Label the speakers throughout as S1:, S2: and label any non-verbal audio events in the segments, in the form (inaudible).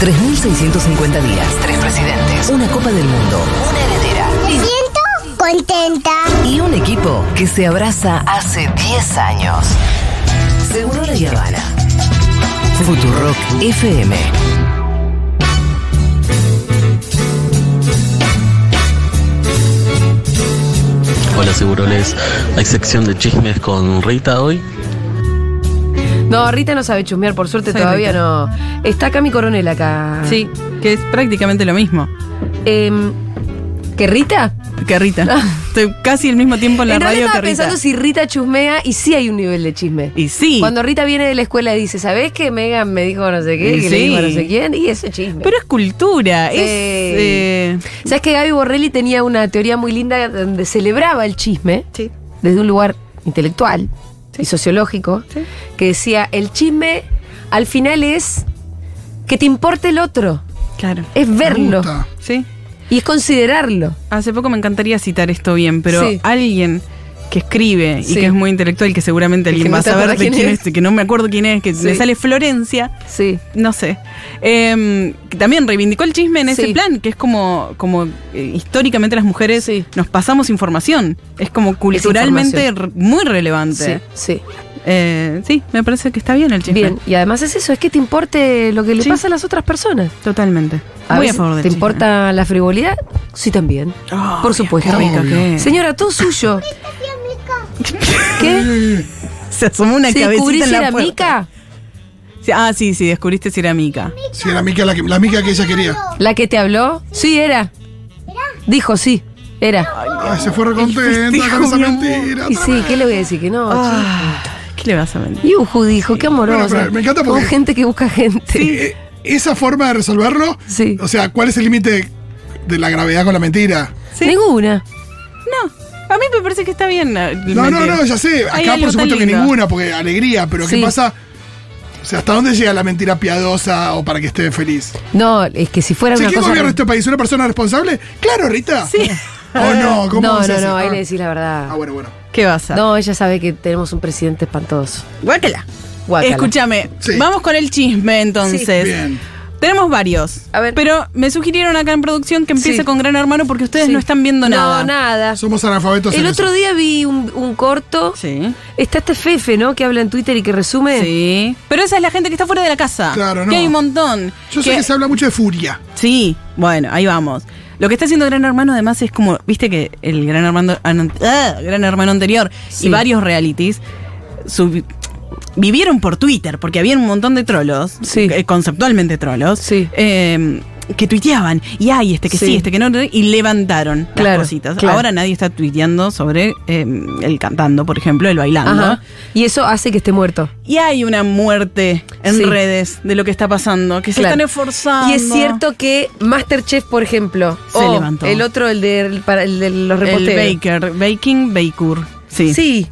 S1: 3.650 días, tres presidentes, una Copa del Mundo, una heredera
S2: Me siento contenta.
S1: y un equipo que se abraza hace 10 años. Seguro La Habana. Futurock FM.
S3: Hola Seguroles, hay sección de chismes con Rita hoy.
S4: No, Rita no sabe chusmear, por suerte
S5: Soy
S4: todavía
S5: Rita.
S4: no. Está Cami Coronel acá.
S5: Sí, que es prácticamente lo mismo
S4: Em, ¿Que Rita?
S5: que Rita.
S4: (laughs)
S5: Estoy casi el mismo tiempo en la
S4: en realidad
S5: radio
S4: estaba
S5: que Rita.
S4: pensando si Rita chusmea y sí hay un nivel de chisme.
S5: Y sí,
S4: Cuando Rita viene de la escuela y dice, ¿sabés que Megan me dijo no sé qué?
S5: Y
S4: Y, le
S5: sí.
S4: dijo no sé quién. Y ese chisme.
S5: pero es cultura,
S4: Sí.
S5: es... eh,
S4: ¿Sabes que Gaby Borrelli tenía una teoría muy linda donde celebraba el chisme
S5: Sí.
S4: desde un lugar intelectual y sociológico?
S5: Sí.
S4: Que decía, el chisme al final es que te importe el otro,
S5: Claro.
S4: es verlo
S5: Sí.
S4: y es considerarlo.
S5: Hace poco me encantaría citar esto bien, pero
S4: Sí.
S5: alguien que escribe y
S4: Sí.
S5: que es muy intelectual, que seguramente
S4: Que
S5: alguien
S4: no
S5: va a
S4: te
S5: saber de
S4: acordás
S5: quién,
S4: quién
S5: es,
S4: es.
S5: que no me acuerdo quién es, que
S4: Sí.
S5: me sale Florencia,
S4: Sí.
S5: no sé. Eh, que también reivindicó el chisme en ese
S4: Sí.
S5: plan, que es como, como eh, históricamente las mujeres
S4: Sí.
S5: nos pasamos información. Es como culturalmente re- muy relevante.
S4: Sí, sí.
S5: Eh, sí, me parece que está bien el chisme.
S4: Bien, y además es eso, es que te importe lo que le
S5: Sí.
S4: pasa a las otras personas.
S5: Totalmente.
S4: A
S5: muy a
S4: veces,
S5: favor del
S4: ¿Te
S5: chisme.
S4: importa la frivolidad? Sí, también.
S5: Oh,
S4: Por supuesto.
S5: qué rico que es.
S4: Señora, todo suyo. ¿Qué?
S5: (laughs) Se asomó una
S4: ¿Se
S5: cabecita
S4: descubrí
S5: en
S4: si
S5: la
S4: era
S5: puerta.
S4: mica?
S5: Sí, Ah, sí, sí, descubriste si era mica.
S6: Sí, la mica, la, que- la mica que ella quería.
S4: ¿La que te habló? Sí, era. Dijo, sí, era.
S6: Ay, se fue recontenta
S5: festejo,
S6: con esa
S5: mi amor.
S6: mentira.
S4: Y sí, ¿qué le voy a decir? Que no.
S5: Ah, ¿Qué le vas a mentir?
S4: Y Uju dijo, qué amorosa.
S6: Bueno, pero me encanta porque-
S4: Con gente que busca gente.
S6: Eh, Esa forma de resolverlo.
S4: Sí.
S6: O sea, ¿cuál es el límite de la gravedad con la mentira?
S5: Sí.
S4: Ninguna.
S5: No, a mí me parece que está bien. eh,
S6: No, no,
S5: mentir.
S6: no, ya sé.
S5: Hay
S6: Acá,
S5: algo
S6: por supuesto,
S5: tan
S6: que
S5: lindo.
S6: ninguna, porque alegría. Pero
S4: Sí.
S6: ¿qué pasa? O sea, ¿hasta dónde llega la mentira piadosa o para que esté feliz?
S4: No, es que si fuera
S6: ¿Sí,
S4: una
S6: ¿Quién
S4: cosa.
S6: gobierna este país? ¿Una persona responsable? Claro, Rita.
S5: Sí.
S6: (laughs) ¿O no? ¿Cómo
S4: no,
S6: se
S4: no,
S6: hace?
S4: no, ahí
S6: Ah.
S4: le decís la verdad.
S6: Ah, bueno, bueno.
S5: ¿Qué vas a?
S4: No, ella sabe que tenemos un presidente espantoso.
S5: Guácala.
S4: Guácala.
S5: Escúchame,
S6: Sí.
S5: vamos con el chisme entonces.
S6: Bien.
S5: Tenemos varios.
S4: A ver.
S5: Pero me sugirieron acá en producción que empiece
S4: Sí.
S5: con Gran Hermano porque ustedes
S4: Sí.
S5: no están viendo nada.
S4: No, nada.
S6: Somos analfabetos.
S4: El
S6: en
S4: otro
S6: eso.
S4: día vi un, un corto.
S5: Sí.
S4: Está este Fefe, ¿no? Que habla en Twitter y que resume.
S5: Sí. Pero esa es la gente que está fuera de la casa.
S6: Claro, no.
S5: Que hay un montón.
S6: Yo sé que se habla mucho de furia.
S5: Sí, bueno, ahí vamos. Lo que está haciendo Gran Hermano además es como, viste que el Gran Hermano, an- ah, Gran Hermano anterior
S4: Sí.
S5: y varios realities sub- vivieron por Twitter, porque había un montón de trolos,
S4: Sí.
S5: eh, conceptualmente trolos,
S4: Sí.
S5: eh, que tuiteaban, y hay este que sí.
S4: Sí.
S5: este que no, y levantaron
S4: Claro,
S5: las cositas.
S4: claro.
S5: Ahora nadie está tuiteando sobre eh, el cantando, por ejemplo, el bailando.
S4: Ajá. Y eso hace que esté muerto.
S5: Y hay una muerte en
S4: Sí.
S5: redes de lo que está pasando, que se
S4: Claro.
S5: están esforzando.
S4: Y es cierto que Masterchef, por ejemplo,
S5: Se
S4: o
S5: levantó.
S4: el otro, el de, el para, el de los reposteros.
S5: El Baker, Baking Baker. Sí.
S4: Sí.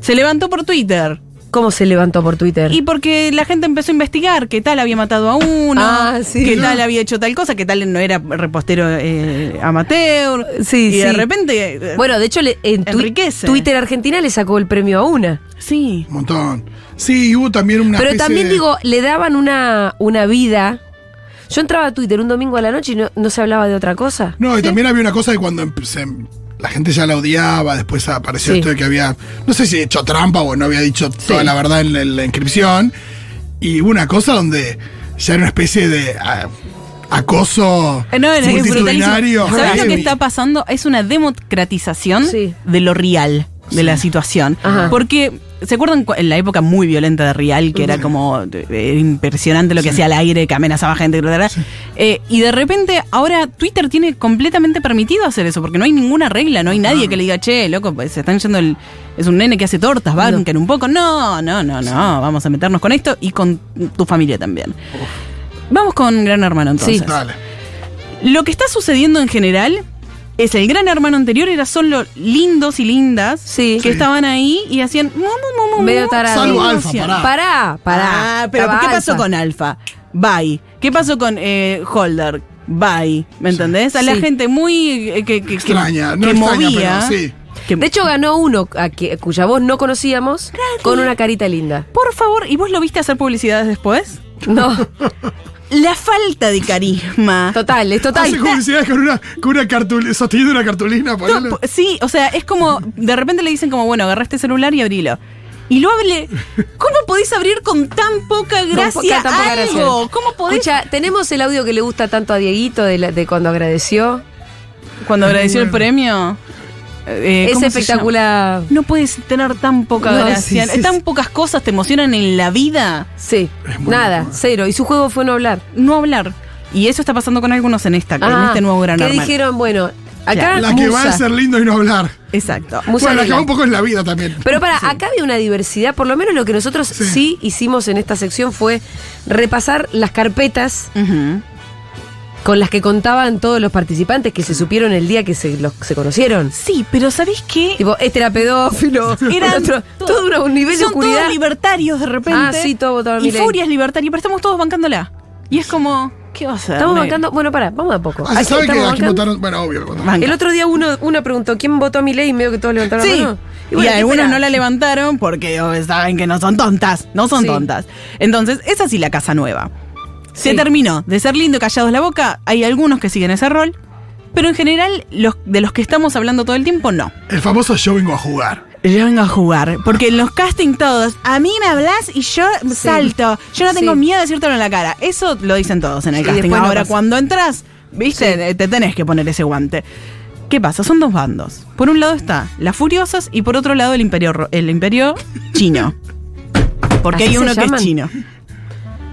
S5: Se levantó por Twitter.
S4: ¿Cómo se levantó por Twitter?
S5: Y porque la gente empezó a investigar qué tal había matado a uno,
S4: Ah, sí.
S5: qué
S4: No.
S5: tal había hecho tal cosa, qué tal no era repostero eh, amateur.
S4: Sí,
S5: y de
S4: sí.
S5: repente. eh,
S4: bueno, de hecho, le- en tu-
S5: Enriquece.
S4: Twitter Argentina le sacó el premio a una.
S5: Sí.
S6: Un montón. Sí, y hubo también una.
S4: Pero
S6: especie
S4: también
S6: de-
S4: digo, le daban una, una vida. Yo entraba a Twitter un domingo a la noche y no, no se hablaba de otra cosa.
S6: No, y también había una cosa de cuando empe- se- la gente ya la odiaba, después apareció
S4: Sí.
S6: esto de que había, no sé si hecho trampa o no había dicho toda la verdad en, la- en la inscripción, y hubo una cosa donde ya era una especie de ah, acoso
S5: Eh, No, es- es
S6: multitudinario.
S5: brutalísimo. ¿Sabés lo que
S6: heavy.
S5: está pasando? Es una democratización
S4: Sí.
S5: de lo real, de la situación.
S4: Ajá.
S5: Porque, ¿se acuerdan cu- en la época muy violenta de Real, que era como eh, eh, impresionante lo que hacía al aire, que amenazaba gente, bla, bla, bla? Eh, y de repente, ahora Twitter tiene completamente permitido hacer eso, porque no hay ninguna regla, no hay
S4: Ah.
S5: nadie que le diga, che, loco, pues, se están yendo el. Es un nene que hace tortas, banquen un poco. No, no, no, no, vamos a meternos con esto y con tu familia también. Vamos con Gran Hermano entonces.
S6: Dale.
S5: Lo que está sucediendo en general es el gran hermano anterior era solo lindos y lindas
S4: Sí.
S5: que
S4: Sí.
S5: estaban ahí y hacían mu, mu, mu, mu,
S4: Medio
S5: mu.
S4: tarado.
S6: Salvo Alfa, pará.
S4: Pará, pará.
S5: Ah, pero
S4: Estaba
S5: ¿qué pasó
S4: Alfa.
S5: con Alfa? Bye. ¿Qué pasó con eh, Holder? Bye. ¿Me entendés? A la
S4: Sí.
S5: gente muy eh, que, que- que-
S6: Extraña,
S5: que
S6: no extraña,
S5: movía.
S6: pero sí.
S5: que-
S4: De hecho, ganó uno a que- cuya voz no conocíamos con una carita linda.
S5: por favor, ¿y vos lo viste hacer publicidades después?
S4: No.
S5: La falta de carisma.
S4: Total, es total.
S6: Hace publicidades con una, con una cartulina, sosteniendo una cartulina, ponele.
S5: No, pues, po- sí, o sea, es como, de repente le dicen como, bueno, agarraste celular y abrilo. Y lo hable. ¿Cómo podéis abrir con tan poca gracia
S4: poca- tan poca gracia.
S5: algo? ¿Cómo podéis?
S4: Escucha, tenemos el audio que le gusta tanto a Dieguito de, la- de cuando agradeció.
S5: Cuando agradeció
S6: bueno.
S5: el premio. eh,
S4: es
S5: ¿cómo se
S4: espectacular.
S5: llama? No puedes tener tan poca
S4: No,
S5: gracia.
S4: sí, sí,
S5: tan
S4: sí.
S5: pocas cosas te emocionan en la vida.
S4: Sí.
S6: Es muy
S4: Nada,
S6: bueno.
S4: cero. Y su juego fue no hablar.
S5: No hablar. Y eso está pasando con algunos en esta, en
S4: Ah,
S5: este nuevo gran
S4: ¿Qué
S5: hermano.
S4: dijeron? Bueno, acá.
S5: Claro.
S6: La que va a
S4: Musa.
S6: ser lindo y no hablar.
S5: Exacto.
S4: Musa
S6: bueno, la que
S4: Vela.
S6: va un poco en la vida también.
S4: Pero para, acá había una diversidad, por lo menos lo que nosotros sí. hicimos en esta sección fue repasar las carpetas
S5: Ujú.
S4: con las que contaban todos los participantes que se supieron el día que se, los, se conocieron.
S5: Sí, pero ¿sabéis qué?
S4: Tipo, este era pedófilo,
S5: Eran
S4: el otro-
S5: to-
S4: todo era un nivel de
S5: Son
S4: oscuridad.
S5: todos libertarios de repente.
S4: Ah, sí, todos votaron
S5: Y
S4: Milei.
S5: Furia es libertaria, pero estamos todos bancándola. Y es como, ¿qué va a ser?
S4: Estamos
S5: negro?
S4: bancando, bueno, pará, vamos de a poco.
S6: Ah,
S4: Ahí
S6: ¿se sabe que
S4: estamos
S6: aquí
S4: bancando.
S6: votaron? Bueno, obvio. votaron.
S5: Banca.
S4: El otro día uno, uno preguntó quién votó a mi ley y medio que todos levantaron
S5: Sí.
S4: la mano.
S5: Y,
S4: bueno, ¿qué
S5: algunos
S4: será?
S5: no la levantaron porque oh, saben que no son tontas, no son
S4: Sí.
S5: tontas. Entonces, es así la casa nueva. Se
S4: Sí.
S5: terminó de ser lindo, callados la boca, hay algunos que siguen ese rol, pero en general los, de los que estamos hablando todo el tiempo, no.
S6: El famoso yo vengo a jugar.
S5: Yo vengo a jugar, porque en los casting todos, a mí me hablas y yo salto. Yo no tengo
S4: Sí.
S5: miedo de decírtelo en la cara. Eso lo dicen todos en el
S4: Y
S5: casting.
S4: después no
S5: Ahora,
S4: pasa.
S5: cuando entras, viste, Eh, te tenés que poner ese guante. ¿Qué pasa? Son dos bandos. Por un lado está las furiosas y por otro lado el imperio, ro- el imperio
S4: (laughs)
S5: chino. Porque
S4: ¿Así
S5: hay
S4: se
S5: uno que es
S4: llaman?
S5: chino.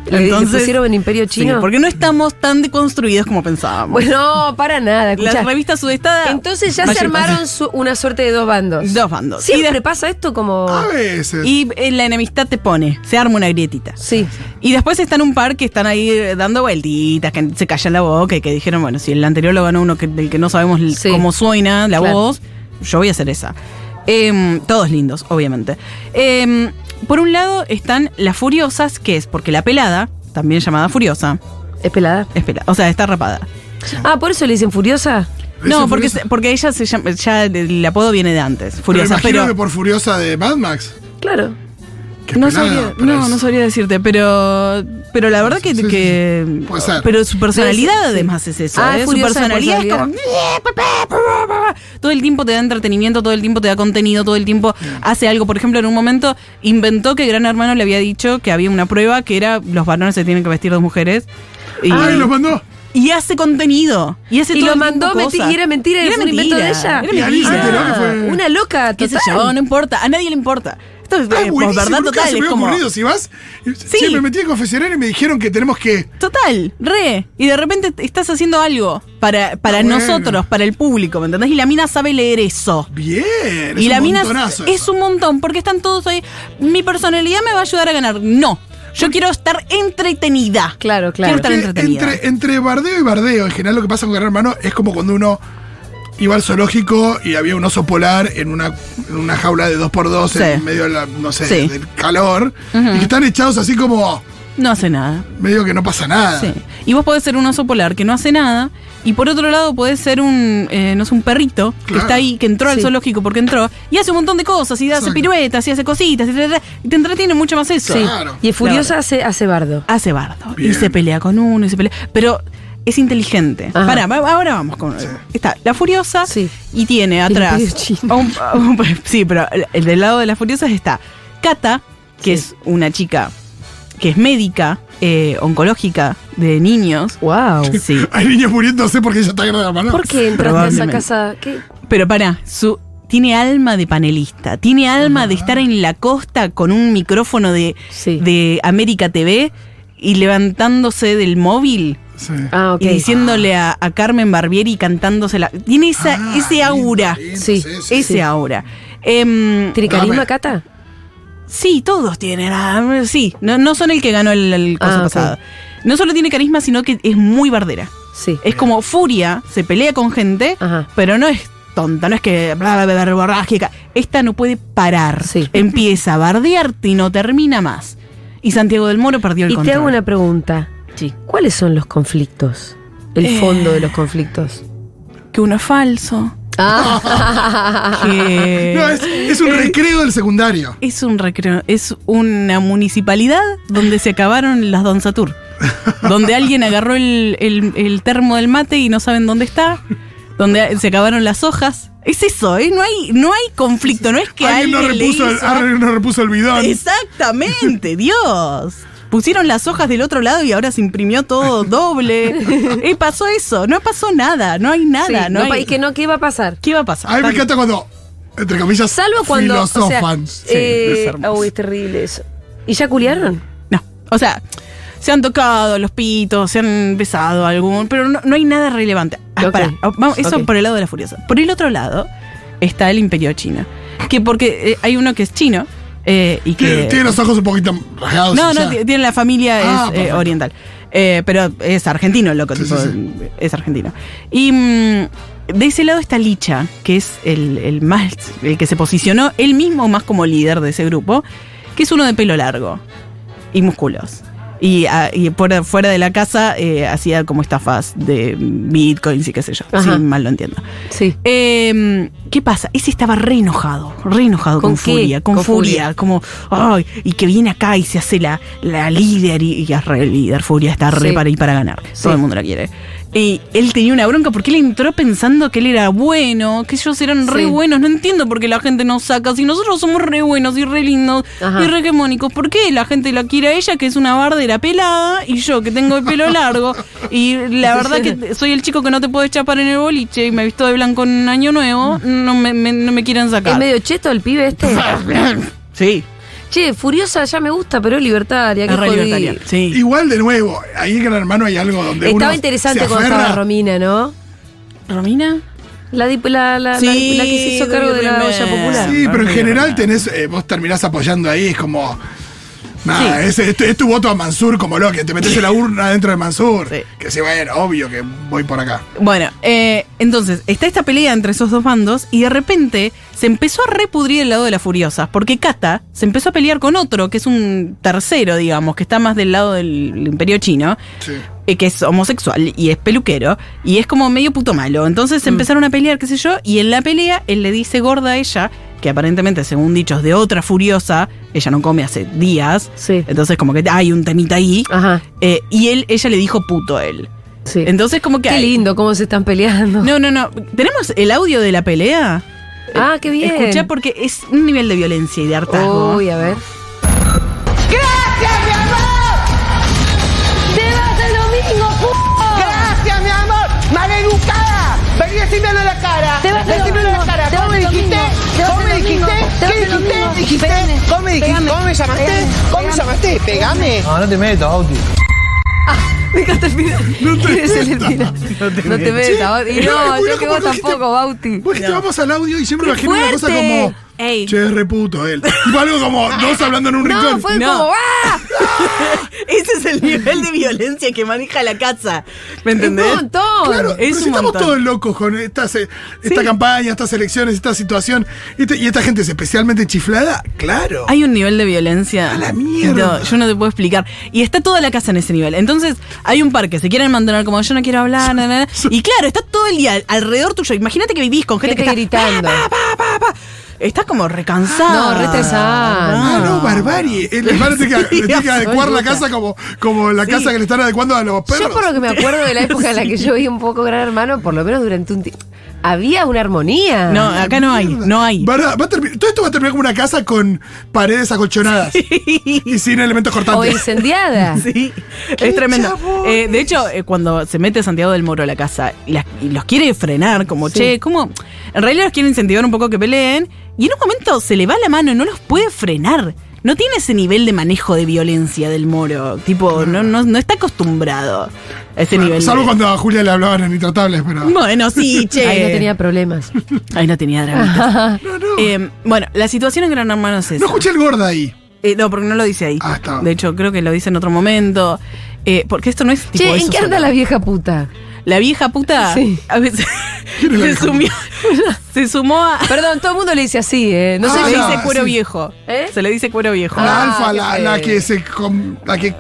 S4: Le- le pusieron en imperio chino.
S5: Sí, porque no estamos tan deconstruidos como pensábamos.
S4: Bueno, para nada, escuchá.
S5: las revistas sudestadas.
S6: Ah.
S4: Entonces ya se
S5: mayor-
S4: armaron su- una suerte de dos bandos.
S5: Dos bandos. Y
S4: Siempre pasa esto como.
S6: A veces.
S5: Ah. Y eh, la enemistad te pone, se arma una grietita.
S4: Sí.
S5: Y después están un par que están ahí eh, dando vueltitas, que se callan la boca y que dijeron, bueno, si el anterior lo ganó uno que, del que no sabemos l-
S4: Sí.
S5: cómo suena la
S4: Claro.
S5: voz, yo voy a hacer esa. Em, todos lindos, obviamente. Em, por un lado están las furiosas, que es porque la pelada, también llamada furiosa,
S4: Es pelada.
S5: es pelada, o sea, está rapada.
S4: Ah, por eso le dicen furiosa.
S5: No, porque,
S6: Dicen furiosa.
S5: se- porque ella se llama, ya el apodo viene de antes,
S6: Pero
S5: furiosa,
S6: imagino
S5: pero...
S6: que por Furiosa de Mad Max.
S4: Claro.
S6: que es
S5: No
S6: pelada,
S5: sabría,
S6: pero
S5: no,
S6: es-
S5: no sabría decirte, pero pero la verdad que,
S6: Sí, sí,
S5: que-
S6: sí. Puede ser.
S5: pero su personalidad
S4: Sí.
S5: además es eso,
S4: Ah,
S5: ¿eh?
S4: es
S5: su
S4: furiosa de
S5: personalidad es como "Eh, todo el tiempo te da entretenimiento, todo el tiempo te da contenido, todo el tiempo hace algo, por ejemplo, en un momento inventó que Gran Hermano le había dicho que había una prueba que era los varones se tienen que vestir de mujeres y,
S6: ¡Ay, los mandó!
S5: y hace contenido y hace
S4: Y lo
S5: todo el tiempo
S4: mandó, menti-
S5: cosas.
S4: y era mentira,
S5: Y
S4: era un invento de ella. Ah,
S5: Era
S6: Y ahí se
S5: mentira.
S6: enteró que fue-
S4: Una loca,
S5: ¿Qué sé
S4: total.
S5: yo? No importa, a nadie le importa. Esto es
S6: Ah,
S5: eh,
S6: buenísimo,
S5: posverdad
S6: nunca se
S5: total,
S6: me
S5: es
S6: había
S5: como
S6: ocurrido. Si vas,
S5: Sí.
S6: sí, me metí en confesionario y me dijeron que tenemos que...
S5: Total, re. Y de repente te- estás haciendo algo para, para
S6: Está Ah, bueno.
S5: nosotros, para el público, ¿me entendés? Y la mina sabe leer eso.
S6: Bien,
S5: y
S6: es
S5: la
S6: un
S5: mina
S6: montonazo
S5: es
S6: eso.
S5: un montón, porque están todos ahí. Mi personalidad me va a ayudar a ganar. No. Yo quiero estar entretenida.
S4: Claro,
S5: Quiero
S4: claro.
S5: estar
S6: Porque
S5: entretenida.
S6: entre, entre bardeo y bardeo, en general lo que pasa con Gran Hermano es como cuando uno iba al zoológico y había un oso polar en una, en una jaula de 2x2
S5: Sí.
S6: en medio de la, no sé,
S5: Sí.
S6: del calor, y que están echados así como
S5: No hace nada.
S6: medio que no pasa nada.
S5: Sí. Y vos podés ser un oso polar que no hace nada. Y por otro lado podés ser un, eh, no sé, un perrito que
S6: Claro.
S5: está ahí, que entró al
S4: Sí.
S5: zoológico porque entró. Y hace un montón de cosas. Y hace
S6: Exacto.
S5: piruetas, y hace cositas. Y, tra, tra, tra, y te entretiene mucho más eso.
S4: Sí.
S6: Claro.
S4: Y es furiosa hace, hace bardo.
S5: hace bardo y
S6: Bien.
S5: se pelea con uno y se pelea. Pero es inteligente.
S4: Ajá.
S5: Pará, va- ahora vamos con. Está la Furiosa
S4: Sí.
S5: y tiene atrás.
S4: Imperio chino.
S5: a un- a un- (laughs) sí, pero el- el del lado de las Furiosas está Kata, que es una chica que es médica, eh, oncológica de niños.
S4: Wow.
S5: (laughs) Sí.
S6: (laughs) Hay niños muriéndose porque ya está Gran Hermano.
S4: ¿Por qué entraste a esa
S5: Probablemente.
S4: casa? ¿Qué?
S5: Pero pará, su. Tiene alma de panelista, tiene alma de estar en la costa con un micrófono de,
S4: Sí.
S5: de América TV y levantándose del móvil
S6: Sí.
S4: Ah, ok.
S5: y diciéndole a, a Carmen Barbieri cantándosela. Tiene esa,
S6: Ah,
S5: ese
S6: lindo,
S5: aura.
S6: lindo,
S4: Sí,
S5: Ese aura. Em,
S4: ¿Tiene carisma,
S6: Dame.
S4: Cata?
S5: sí, todos tienen. ah, sí, no, no son el que ganó el, el coso
S4: Ah, ok.
S5: pasado. No solo tiene carisma, sino que es muy bardera.
S4: Sí.
S5: Es como furia, se pelea con gente,
S4: Ajá.
S5: pero no es tonta, no es que bla, bla, bla, verborrágica. Esta no puede parar.
S4: Sí.
S5: Empieza a bardearte y no termina más. Y Santiago del Moro perdió el
S4: Y te
S5: control.
S4: hago una pregunta.
S5: Sí.
S4: ¿Cuáles son los conflictos? El
S5: Eh.
S4: fondo de los conflictos.
S5: Que uno es falso.
S4: Ah.
S5: (laughs) que-
S6: No, es, es un recreo del secundario.
S5: Es un recreo, es una municipalidad donde se acabaron las Don Satur. donde alguien agarró el, el- el termo del mate y no saben dónde está, donde se acabaron las hojas. Es eso, ¿eh? No hay, no hay conflicto, no es que
S6: alguien,
S5: alguien,
S6: no
S5: le
S6: repuso, el,
S5: hizo-
S6: alguien no repuso el bidón.
S5: Exactamente, Dios. Pusieron las hojas del otro lado y ahora se imprimió
S4: (laughs)
S5: todo doble. y pasó eso, no pasó nada, no hay nada,
S4: Sí,
S5: no,
S4: no pa-
S5: hay-
S4: y que no, ¿qué va a pasar?
S5: ¿Qué va a pasar?
S6: A mí me encanta cuando, entre comillas,
S4: Salvo cuando. o sea,
S6: filosofan.
S4: eh,
S5: es hermoso.
S4: uy, es terrible eso. ¿Y ya culiaron?
S5: No, o sea, se han tocado los pitos, se han besado algún, pero no, no hay nada relevante. Ah,
S4: Ok.
S5: pará, ah, vamos, eso
S4: Ok.
S5: por el lado de la furiosa. Por el otro lado está el imperio chino, que porque eh, hay uno que es chino eh, y que...
S6: Tiene tiene los ojos un poquito rasgados.
S5: No,
S6: y
S5: no,
S6: ya.
S5: ti- tiene la familia es,
S6: Ah,
S5: eh,
S6: perfecto.
S5: oriental. Eh, pero es argentino, loco,
S6: Sí,
S5: tipo,
S6: sí,
S5: es argentino. Y mm, de ese lado está Licha, que es el, el más, el que se posicionó él mismo más como líder de ese grupo, que es uno de pelo largo y músculos. Y, ah, y por, fuera de la casa eh, hacía como estafas de bitcoins y qué sé yo,
S4: Ajá.
S5: si mal lo entiendo.
S4: Sí.
S5: Eh, ¿Qué pasa? Ese estaba re enojado, re enojado con,
S4: ¿Con qué?
S5: furia, con,
S4: Con
S5: furia, como, ay, y que viene acá y se hace la, la líder y, y es re líder, furia, está re
S4: Sí.
S5: para ir para ganar,
S4: Sí.
S5: todo el mundo la quiere. Y él tenía una bronca porque él entró pensando que él era bueno, que ellos eran re
S4: Sí.
S5: buenos, no entiendo por qué la gente nos saca, si nosotros somos re buenos y re lindos
S4: Ajá.
S5: y re hegemónicos, ¿por qué la gente la quiere a ella que es una bardera pelada y yo que tengo el pelo largo y la verdad que soy el chico que no te puedo chapar en el boliche y me he visto de blanco en año nuevo, no me, me- no me quieren
S4: ¿Es
S5: sacar.
S4: medio cheto el pibe este?
S5: Sí,
S4: che, Furiosa ya me gusta, pero es libertaria. qué
S5: es re
S4: jodido.
S5: libertaria. Sí.
S6: (laughs) Igual de nuevo, ahí en Gran Hermano hay algo donde uno
S4: Estaba interesante
S6: se
S4: cuando estaba
S6: aferra.
S4: Romina, ¿no?
S5: ¿Romina?
S4: La, dip- la, la, la-
S5: Sí,
S4: la que se hizo cargo de la
S5: Romina.
S4: olla popular.
S6: Sí, pero en
S5: Romina,
S6: general
S5: Romina.
S6: tenés, eh, vos terminás apoyando ahí, es como. Nada, es, es tu- es tu voto a Mansur como lo que te metes en la urna dentro de Mansur.
S5: Sí.
S6: Que se va a ir, obvio que voy por acá.
S5: Bueno, eh, entonces está esta pelea entre esos dos bandos y de repente se empezó a repudrir el lado de las furiosas, porque Kata se empezó a pelear con otro, que es un tercero, digamos, que está más del lado del imperio chino,
S6: Sí.
S5: eh, que es homosexual y es peluquero, y es como medio puto malo.
S4: Mm.
S5: Entonces empezaron a pelear, qué sé yo, y en la pelea él le dice gorda a ella, que aparentemente, según dichos de otra furiosa, ella no come hace días,
S4: Sí.
S5: entonces como que hay un temita ahí,
S4: Ajá.
S5: eh, y él, ella le dijo puto a él.
S4: Sí.
S5: Entonces como que...
S4: qué
S5: hay-
S4: lindo cómo se están peleando.
S5: no, no, no. ¿Tenemos el audio de la pelea?
S4: Ah, qué bien.
S5: Escuchá porque es un nivel de violencia y de hartazgo.
S4: Uy, a ver.
S7: ¡Gracias, mi amor! ¡Te vas el domingo, puto! ¡Gracias, mi amor! ¡Maleducada! Vení, decímelo en la cara.
S8: Te vas el
S7: Decímelo en la
S8: domingo,
S7: cara.
S8: te
S7: ¿Cómo
S8: vas
S7: me
S8: el
S7: dijiste?
S8: domingo, te vas
S7: ¿Cómo
S8: el
S7: me dijiste?
S8: domingo, te vas
S7: ¿Qué
S8: el
S7: dijiste?
S8: domingo.
S7: ¿Dijiste?
S8: Pegame,
S7: ¿Cómo me dijiste?
S8: pegame,
S7: ¿Cómo me llamaste?
S8: pegame,
S7: ¿Cómo me
S8: pegame.
S7: llamaste? Pegame.
S9: No, no te metas, Auti.
S4: Me encanta el
S5: (laughs)
S4: final.
S6: No te
S4: Ese es el
S6: metas.
S4: final. No te metas, Bauti. Y
S6: es
S4: no,
S6: muy
S4: yo
S6: loco
S4: que vos
S6: porque dijiste-
S4: tampoco, Bauti.
S6: Porque te vamos al audio y siempre
S4: ¡Qué
S6: imaginé una cosa
S4: fuerte!
S6: como.
S5: Ey.
S6: Che, es reputo él. Tipo algo como dos hablando en un
S4: No,
S6: rincón.
S4: fue
S5: No.
S4: como ¡ah!
S5: (laughs) Ese es el nivel de violencia que maneja la casa. ¿Me
S4: ¡Un
S5: entendés?
S4: montón!
S6: Claro,
S5: Es
S6: pero si
S5: un
S6: estamos
S5: montón.
S6: todos locos con estas, eh, esta
S5: Sí.
S6: campaña, estas elecciones, esta situación, este- y esta gente es especialmente chiflada, claro.
S5: Hay un nivel de violencia.
S6: la mierda.
S5: No, yo no te puedo explicar. Y está toda la casa en ese nivel. Entonces, hay un par que se quieren mantener como yo no quiero hablar, na, na, na. Y claro, está todo el día alrededor tuyo. Imagínate que vivís con gente,
S4: Gente
S5: que está
S4: gritando.
S5: Pa, pa, pa, pa, pa. Estás como recansado.
S4: No, re estresado.
S6: Ah,
S5: (laughs)
S6: no, barbarie. Eh, Les van a tener que,
S5: Sí,
S6: les tienen que adecuar la
S5: absoluta.
S6: casa como, como la casa que le están adecuando a los perros.
S4: Yo por lo que me acuerdo de la época en la que yo vi un poco Gran Hermano, por lo menos durante un tiempo, había una armonía.
S5: No, acá no hay, no hay.
S6: Van a- va a termi- todo esto va a terminar como una casa con paredes acolchonadas y sin elementos
S4: O
S6: cortantes.
S4: incendiada.
S5: (laughs) Sí, es tremendo. Eh, de hecho, eh, cuando se mete Santiago del Moro a la casa y, las- y los quiere frenar, como,
S4: Sí.
S5: che, ¿cómo? En realidad los quiere incentivar un poco que peleen y en un momento se le va la mano y no los puede frenar. No tiene ese nivel de manejo de violencia del Moro. Tipo, no, no, no está acostumbrado a ese nivel.
S6: Salvo
S5: de-
S6: cuando a Julia le hablaban en intratables, pero.
S4: (laughs)
S5: Bueno, sí, che.
S4: Ahí no tenía problemas.
S5: Ahí no
S4: (laughs)
S5: tenía dramitas. Eh, bueno, la situación en Gran Hermano es esa.
S6: No escuché el gorda ahí.
S5: Eh, no, porque no lo dice ahí.
S6: Ah, está.
S5: De hecho, creo que lo dice en otro momento. Eh, porque esto no es tipo
S4: Che, ¿en
S5: eso
S4: qué anda
S5: solo.
S4: la vieja puta?
S5: La vieja puta
S4: Sí.
S5: a veces
S6: ¿Quién es la
S5: se,
S6: vieja
S5: sumió- se sumó a.
S4: Perdón, todo el mundo le dice así, ¿eh? No
S5: se
S4: sé
S6: Ah,
S5: le
S4: yo.
S6: ya.
S5: dice cuero
S6: sí.
S5: viejo.
S4: ¿Eh?
S5: Se le dice cuero viejo.
S6: La
S4: Ah,
S6: alfa,
S4: qué
S6: la,
S4: feo.
S6: la que se. com- la que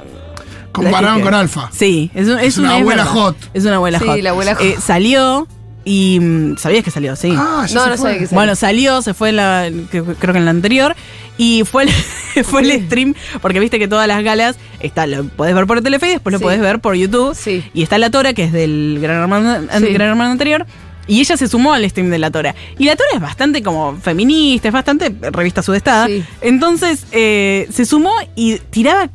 S6: compararon
S5: La que-
S6: con alfa.
S5: Sí, es, un- es
S6: Es una abuela
S5: verdad.
S6: hot.
S5: Es una abuela
S4: Sí,
S5: hot.
S4: la abuela hot.
S5: Eh, salió Y mm, sabías que salió, sí.
S6: Ah, ya
S4: No,
S6: se
S4: no
S6: fue.
S4: sabe qué es.
S5: Bueno, salió, se fue en la, que- creo que en la anterior, y fue el, (laughs) fue el stream, porque viste que todas las galas, está, lo podés ver por Telefe y después
S4: Sí.
S5: lo podés ver por YouTube.
S4: Sí.
S5: Y está la Tora, que es del Gran Hermano, an-
S4: Sí.
S5: Gran Hermano anterior. Y ella se sumó al stream de La Tora. Y La Tora es bastante como feminista, es bastante revista sudestada.
S4: Sí.
S5: Entonces eh, se sumó y tiraba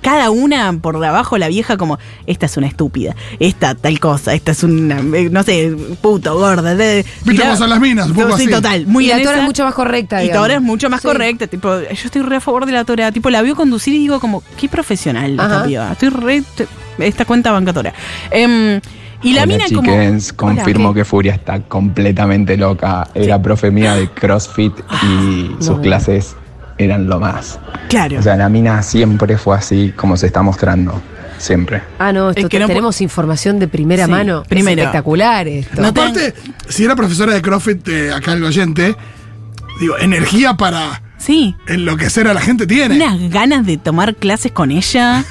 S5: cada una por abajo la vieja como, esta es una estúpida, esta tal cosa, esta es una, eh, no sé, puto, gorda. de-
S6: Viste
S5: tiraba-
S6: cómo son las minas, un poco
S5: Sí,
S6: así.
S5: total. Muy
S4: Muy y la
S5: en
S4: Tora
S5: esa.
S4: es mucho más correcta.
S5: Y
S4: digamos.
S5: Tora es mucho más
S4: Sí.
S5: correcta. Tipo, yo estoy re a favor de la Tora. Tipo, la veo conducir y digo como, qué profesional
S4: Ajá.
S5: esta piba. Estoy re te- esta cuenta banca Tora. Em, y la
S8: Hola,
S5: mina como.
S8: chickens,
S5: Hola,
S8: confirmo
S5: ¿qué?
S8: que Furia está completamente loca. Era profe mía de CrossFit
S5: Ah,
S8: y sus clases eran lo más.
S5: Claro.
S8: O sea, la mina siempre fue así como se está mostrando. Siempre.
S4: Ah, no, esto
S5: Es que no
S4: tenemos información de primera
S5: Sí,
S4: mano. Es
S5: primero.
S4: espectacular esto.
S5: No te-
S6: Aparte, si era profesora de CrossFit, eh, acá el oyente, digo, energía para
S5: sí.
S6: enloquecer a la gente tiene.
S5: Unas ganas de tomar clases con ella.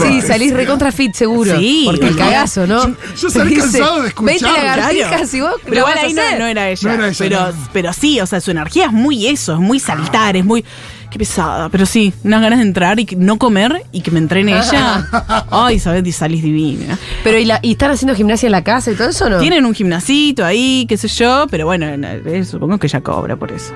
S4: Sí, salís recontra fit seguro.
S5: Sí,
S4: Porque el
S5: boludo.
S4: cagazo, ¿no?
S6: Yo-
S4: (laughs)
S6: yo salí
S4: Te
S6: cansado de escuchar".
S4: Vete a la y vos
S5: Pero
S4: la
S5: igual
S4: vas a
S5: ahí no,
S4: hacer".
S5: no era ella.
S6: No era ella,
S5: pero,
S6: no.
S5: pero sí, o sea, su energía es muy eso, es muy saltar, es muy. Qué pesada. Pero sí, unas ganas de entrar y que- no comer y que
S4: (laughs)
S5: me entrene ella. Ay, sabes, y salís divina.
S4: Pero ¿y, la- y están haciendo gimnasia en la casa y todo eso, ¿no?
S5: Tienen un gimnasito ahí, qué sé yo, pero bueno, eh, supongo que ella cobra por eso.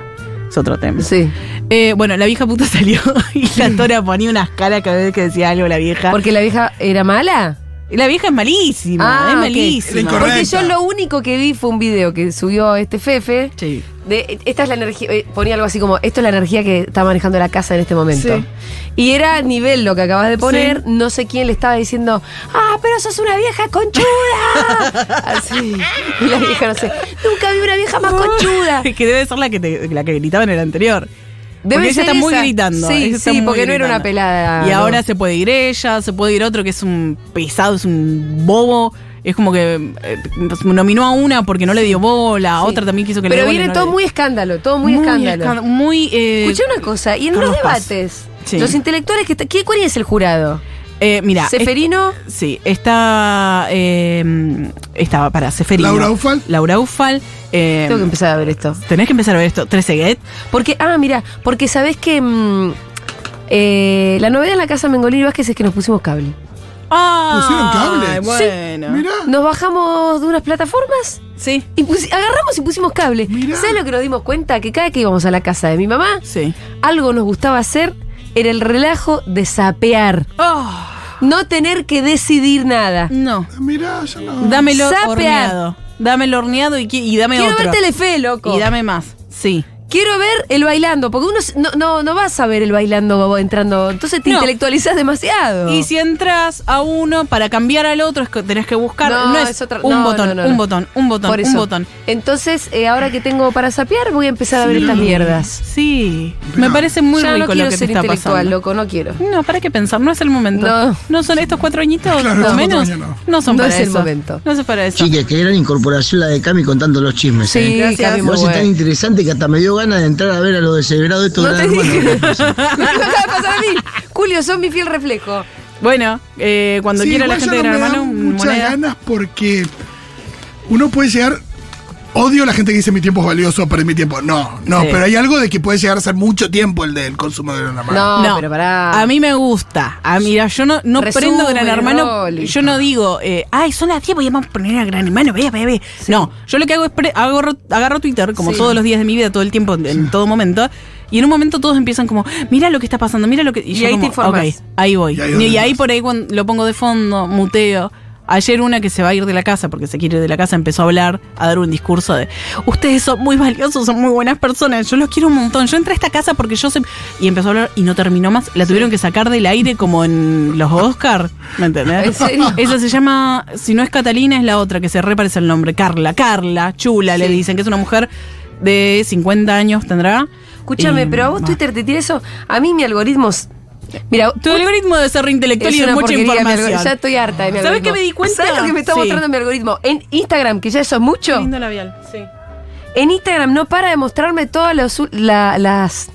S5: Es otro tema.
S4: Sí.
S5: Eh, bueno, la vieja puta (laughs) salió y la tora ponía unas caras cada vez que decía algo la vieja.
S4: Porque la vieja era mala.
S5: Y la vieja es malísima,
S4: Ah,
S5: es
S4: ok.
S6: Era
S5: malísima.
S6: incorrecta.
S4: Porque yo lo único que vi fue un video que subió este Fefe.
S5: Sí.
S4: De, esta es la energía, eh, ponía algo así como, esto es la energía que está manejando la casa en este momento.
S5: Sí.
S4: Y era a nivel lo que acabas de poner,
S5: Sí.
S4: no sé quién le estaba diciendo, ah, pero sos una vieja
S5: (laughs)
S4: conchuda. Así. Y la vieja, no sé, nunca vi una vieja más conchuda.
S5: (laughs) que debe ser la que, te- la que gritaba en el anterior.
S4: Debe
S5: porque
S4: ser
S5: ella está muy
S4: esa.
S5: gritando.
S4: Sí,
S5: ella está
S4: sí,
S5: muy
S4: porque no era
S5: gritando.
S4: una pelada,
S5: Y
S4: no.
S5: ahora se puede ir ella, se puede ir otro que es un pesado, es un bobo. Es como que eh, nominó a una porque no le dio bola, a otra también quiso que le
S4: Pero
S5: dé bola y
S4: viene
S5: no
S4: todo
S5: le-
S4: muy escándalo, todo muy, escándalo.
S5: escándalo, Muy. eh,
S4: Escuché una cosa, y en
S5: Carlos
S4: los
S5: Paz.
S4: debates,
S5: Sí.
S4: los intelectuales que está- ¿qué- ¿cuál es el jurado?
S5: eh, mira.
S4: ¿Seferino?
S5: es- sí, está. eh, estaba para Seferino.
S6: Laura Ufal.
S5: Laura Ufal. eh,
S4: Tengo que empezar a ver esto.
S5: Tenés que empezar a ver esto. Treseguet.
S4: Porque, ah, mira, porque sabés que mm, eh, la novedad en la casa Mengolini Vázquez es que nos pusimos cable.
S5: ¡Ah!
S6: ¿Pusieron cable?
S5: Bueno.
S6: Mirá.
S4: Nos bajamos de unas plataformas
S5: Sí.
S4: y pusi- agarramos y pusimos cable.
S6: Mirá.
S4: ¿Sabes lo que nos dimos cuenta? Que cada que íbamos a la casa de mi mamá,
S5: Sí.
S4: algo nos gustaba hacer era el relajo de sapear.
S5: Oh,
S4: No tener que decidir nada.
S5: no.
S6: Mirá, yo no.
S5: Dámelo
S4: Zapear.
S5: horneado. Dámelo horneado y, qui- y dame
S4: Quiero
S5: otro.
S4: ver Telefe, loco.
S5: y dame más. Sí.
S4: Quiero ver el bailando, porque uno s- no, no, no vas a ver el bailando vos entrando. Entonces te
S5: No.
S4: intelectualizas demasiado.
S5: Y si entras a uno para cambiar al otro, es que tenés que buscar.
S4: No,
S5: No, es,
S4: es otra-
S5: un
S4: no,
S5: botón,
S4: no, no, no.
S5: un botón, un botón,
S4: Por
S5: un
S4: eso.
S5: botón.
S4: Entonces, eh, ahora que tengo para sapear, voy a empezar a ver estas mierdas.
S5: Sí. Me parece muy
S4: ya no
S5: rico
S4: quiero
S5: lo que te
S4: ser
S5: está
S4: intelectual,
S5: pasando.
S4: loco, no quiero.
S5: No, para qué pensar, no es el momento.
S4: No.
S5: No, son estos cuatro añitos,
S6: Claro,
S5: o
S6: no,
S5: menos.
S6: cuatro años no.
S5: No son
S4: No
S5: para
S4: es el
S5: eso.
S4: momento.
S5: No es para eso.
S9: Chique, que gran incorporación la de Cami contando los chismes.
S4: Sí,
S9: ¿eh?
S4: Gracias. Cami, muy
S9: Vos es
S4: bueno.
S9: tan interesante que hasta me dio ganas de entrar a ver a los desegrados de estos
S4: No te
S9: Gran
S4: dije. (laughs) Me
S9: Hermano.
S4: lo acaba de pasar a mí. Julio, son mi fiel reflejo.
S5: Bueno, eh, cuando
S6: Sí,
S5: quiera la
S6: igual
S5: gente
S6: ya
S5: de
S6: no
S5: Gran
S6: me dan
S5: Hermano,
S6: muchas
S5: moneda.
S6: ganas porque uno puede llegar. Odio a la gente que dice mi tiempo es valioso, perdí mi tiempo. No, no,
S5: Sí.
S6: pero hay algo de que puede llegar a ser mucho tiempo el del consumo de una mano.
S4: No, pero pará.
S5: A mí me gusta. A mira, yo no, no
S4: Resumen,
S5: prendo Gran Hermano.
S4: Rolly.
S5: Yo no digo, eh, ay, son las 10, voy a poner a Gran Hermano, ve, ve, ve. No, yo lo que hago es pre- agarro, agarro Twitter, como
S4: Sí.
S5: todos los días de mi vida, todo el tiempo, en todo momento. Y en un momento todos empiezan como, mira lo que está pasando, mira lo que. Y, yo
S4: ahí te
S5: como,
S4: informás.
S5: "Ok, ahí voy.
S6: Y
S5: Y
S6: ahí
S5: ahí,
S6: donde vas.
S5: por ahí cuando lo pongo de fondo, muteo. Ayer una que se va a ir de la casa porque se quiere ir de la casa empezó a hablar, a dar un discurso de ustedes son muy valiosos, son muy buenas personas, yo los quiero un montón, yo entré a esta casa porque yo sé... Y empezó a hablar y no terminó más, la tuvieron que sacar del aire como en los Oscar, ¿me entendés?
S4: ¿En (laughs) serio?
S5: Esa se llama, si no es Catalina es la otra, que se reparece el nombre, Carla, Carla, chula le
S4: Sí.
S5: dicen, que es una mujer de 50 años tendrá.
S4: Escúchame,
S5: Y,
S4: pero a vos
S5: bah.
S4: Twitter te tira eso. A mí mi algoritmo. es- Mira,
S5: Tu algoritmo de ser reintelectual
S4: Es
S5: y de
S4: una
S5: mucha
S4: porquería, mi
S5: información.
S4: algoritmo. Ya estoy harta de mi
S5: ¿Sabés
S4: algoritmo.
S5: qué me di cuenta?
S4: ¿Sabes lo que me está
S5: Sí.
S4: mostrando mi algoritmo? En Instagram, que ya eso es mucho.
S5: Lindo labial, sí.
S4: En Instagram no para de mostrarme todas los u- la- las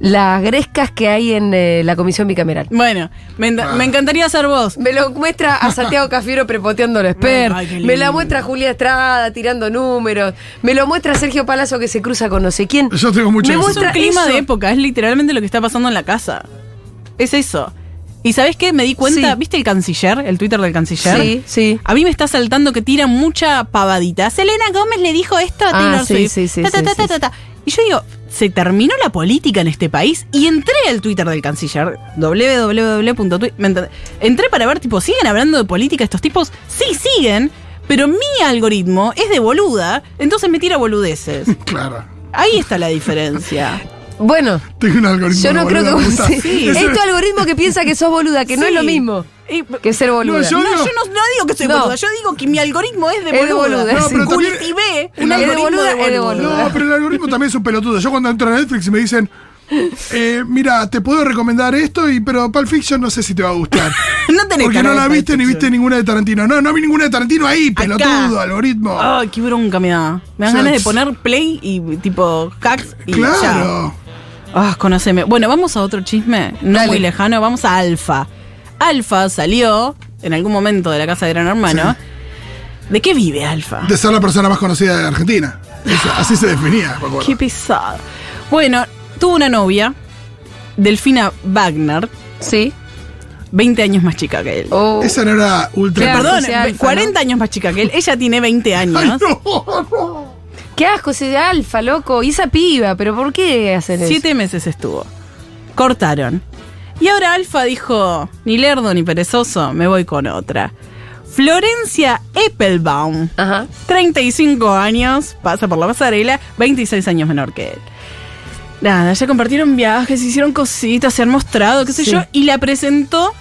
S4: las grescas que hay en eh, la comisión bicameral.
S5: Bueno, me, enta- me encantaría ser vos.
S4: Me lo muestra
S5: (laughs)
S4: a Santiago Cafiero prepoteando los perros.
S5: Ay, qué lindo.
S4: Me la muestra Julia Estrada tirando números. Me lo muestra Sergio Palazzo que se cruza con no sé quién.
S6: Yo tengo mucho
S4: Me
S6: de eso.
S5: Es un
S4: muestra
S5: clima
S4: eso.
S5: de época, es literalmente lo que está pasando en la casa. Es eso. ¿Y sabes qué? Me di cuenta,
S4: Sí.
S5: ¿viste el canciller? El Twitter del canciller.
S4: Sí, sí.
S5: A mí me está saltando que tira mucha pavadita. Selena Gómez le dijo esto a
S4: Ah,
S5: Taylor
S4: sí,
S5: Swift.
S4: sí, sí,
S5: Ta, ta,
S4: sí,
S5: ta,
S4: sí,
S5: ta,
S4: sí.
S5: ta. Y yo digo, se terminó la política en este país y entré al Twitter del canciller, www.twitter. ¿me entendés? Entré para ver, tipo, ¿siguen hablando de política estos tipos? Sí, siguen, pero mi algoritmo es de boluda, entonces me tira boludeces.
S6: Claro.
S5: Ahí está la
S4: (laughs)
S5: diferencia.
S4: Bueno,
S6: Tengo un algoritmo.
S4: yo no
S6: de
S4: creo que
S6: boluda,
S4: vos.
S6: me
S4: (laughs)
S6: gusta.
S4: sí.
S6: Eso-
S4: Es tu algoritmo que piensa que sos boluda, que no
S5: Sí.
S4: es lo mismo
S5: Y-
S4: que ser boluda.
S6: No, yo-
S5: no, yo no, no digo que soy
S4: No.
S5: boluda, yo digo que mi algoritmo es de
S4: Es de
S5: boluda.
S4: boluda, No, sí.
S6: pero también-
S5: Cultivé
S4: Es
S5: un
S4: de
S5: algoritmo
S4: boluda,
S5: de
S4: es de
S5: boluda.
S4: boluda.
S6: No, pero el algoritmo también es un pelotudo. Yo cuando entro a Netflix y me
S5: (laughs)
S6: dicen, eh, mira, te puedo recomendar esto, y pero Pulp Fiction no sé si te va a gustar.
S5: No (laughs) tenés
S6: Porque
S5: cara
S6: no
S5: de
S6: la
S5: Pulp
S6: viste ni
S5: Fiction.
S6: viste ninguna de Tarantino. No, no vi ninguna de Tarantino ahí, pelotudo, algoritmo.
S5: Ay, qué bronca me da. Me dan
S6: Ya,
S5: ganas de
S6: tss.
S5: poner play y tipo hacks y ya.
S6: claro.
S5: Ah, conoceme. Bueno, vamos a otro chisme, no
S4: Dale.
S5: muy lejano, vamos a Alfa. Alfa salió en algún momento de la casa de Gran Hermano. ¿De qué vive Alfa?
S6: De ser la persona más conocida de Argentina. Eso, así se definía, me acuerdo.
S5: Qué pesado. Bueno, tuvo una novia, Delfina Wagner,
S4: Sí. Oh.
S5: 20 años más chica que él.
S4: O-
S6: Esa no era ultra.
S4: Claro.
S5: Perdón,
S4: Soy alfa,
S5: 40 años más chica que él. Ella
S4: (laughs)
S5: tiene 20
S6: Ay,
S5: años.
S6: no, no.
S4: Qué asco ese de alfa, loco. Y esa piba, pero ¿por qué hacen eso?
S5: Siete meses estuvo. Cortaron. Y ahora Alfa dijo, ni lerdo ni perezoso, me voy con otra. Florencia Eppelbaum,
S4: Ajá.
S5: 35 años, pasa por la pasarela, 26 años menor que él. Nada, ya compartieron viajes, hicieron cositas, se han mostrado, qué sé
S4: Sí.
S5: yo, y la presentó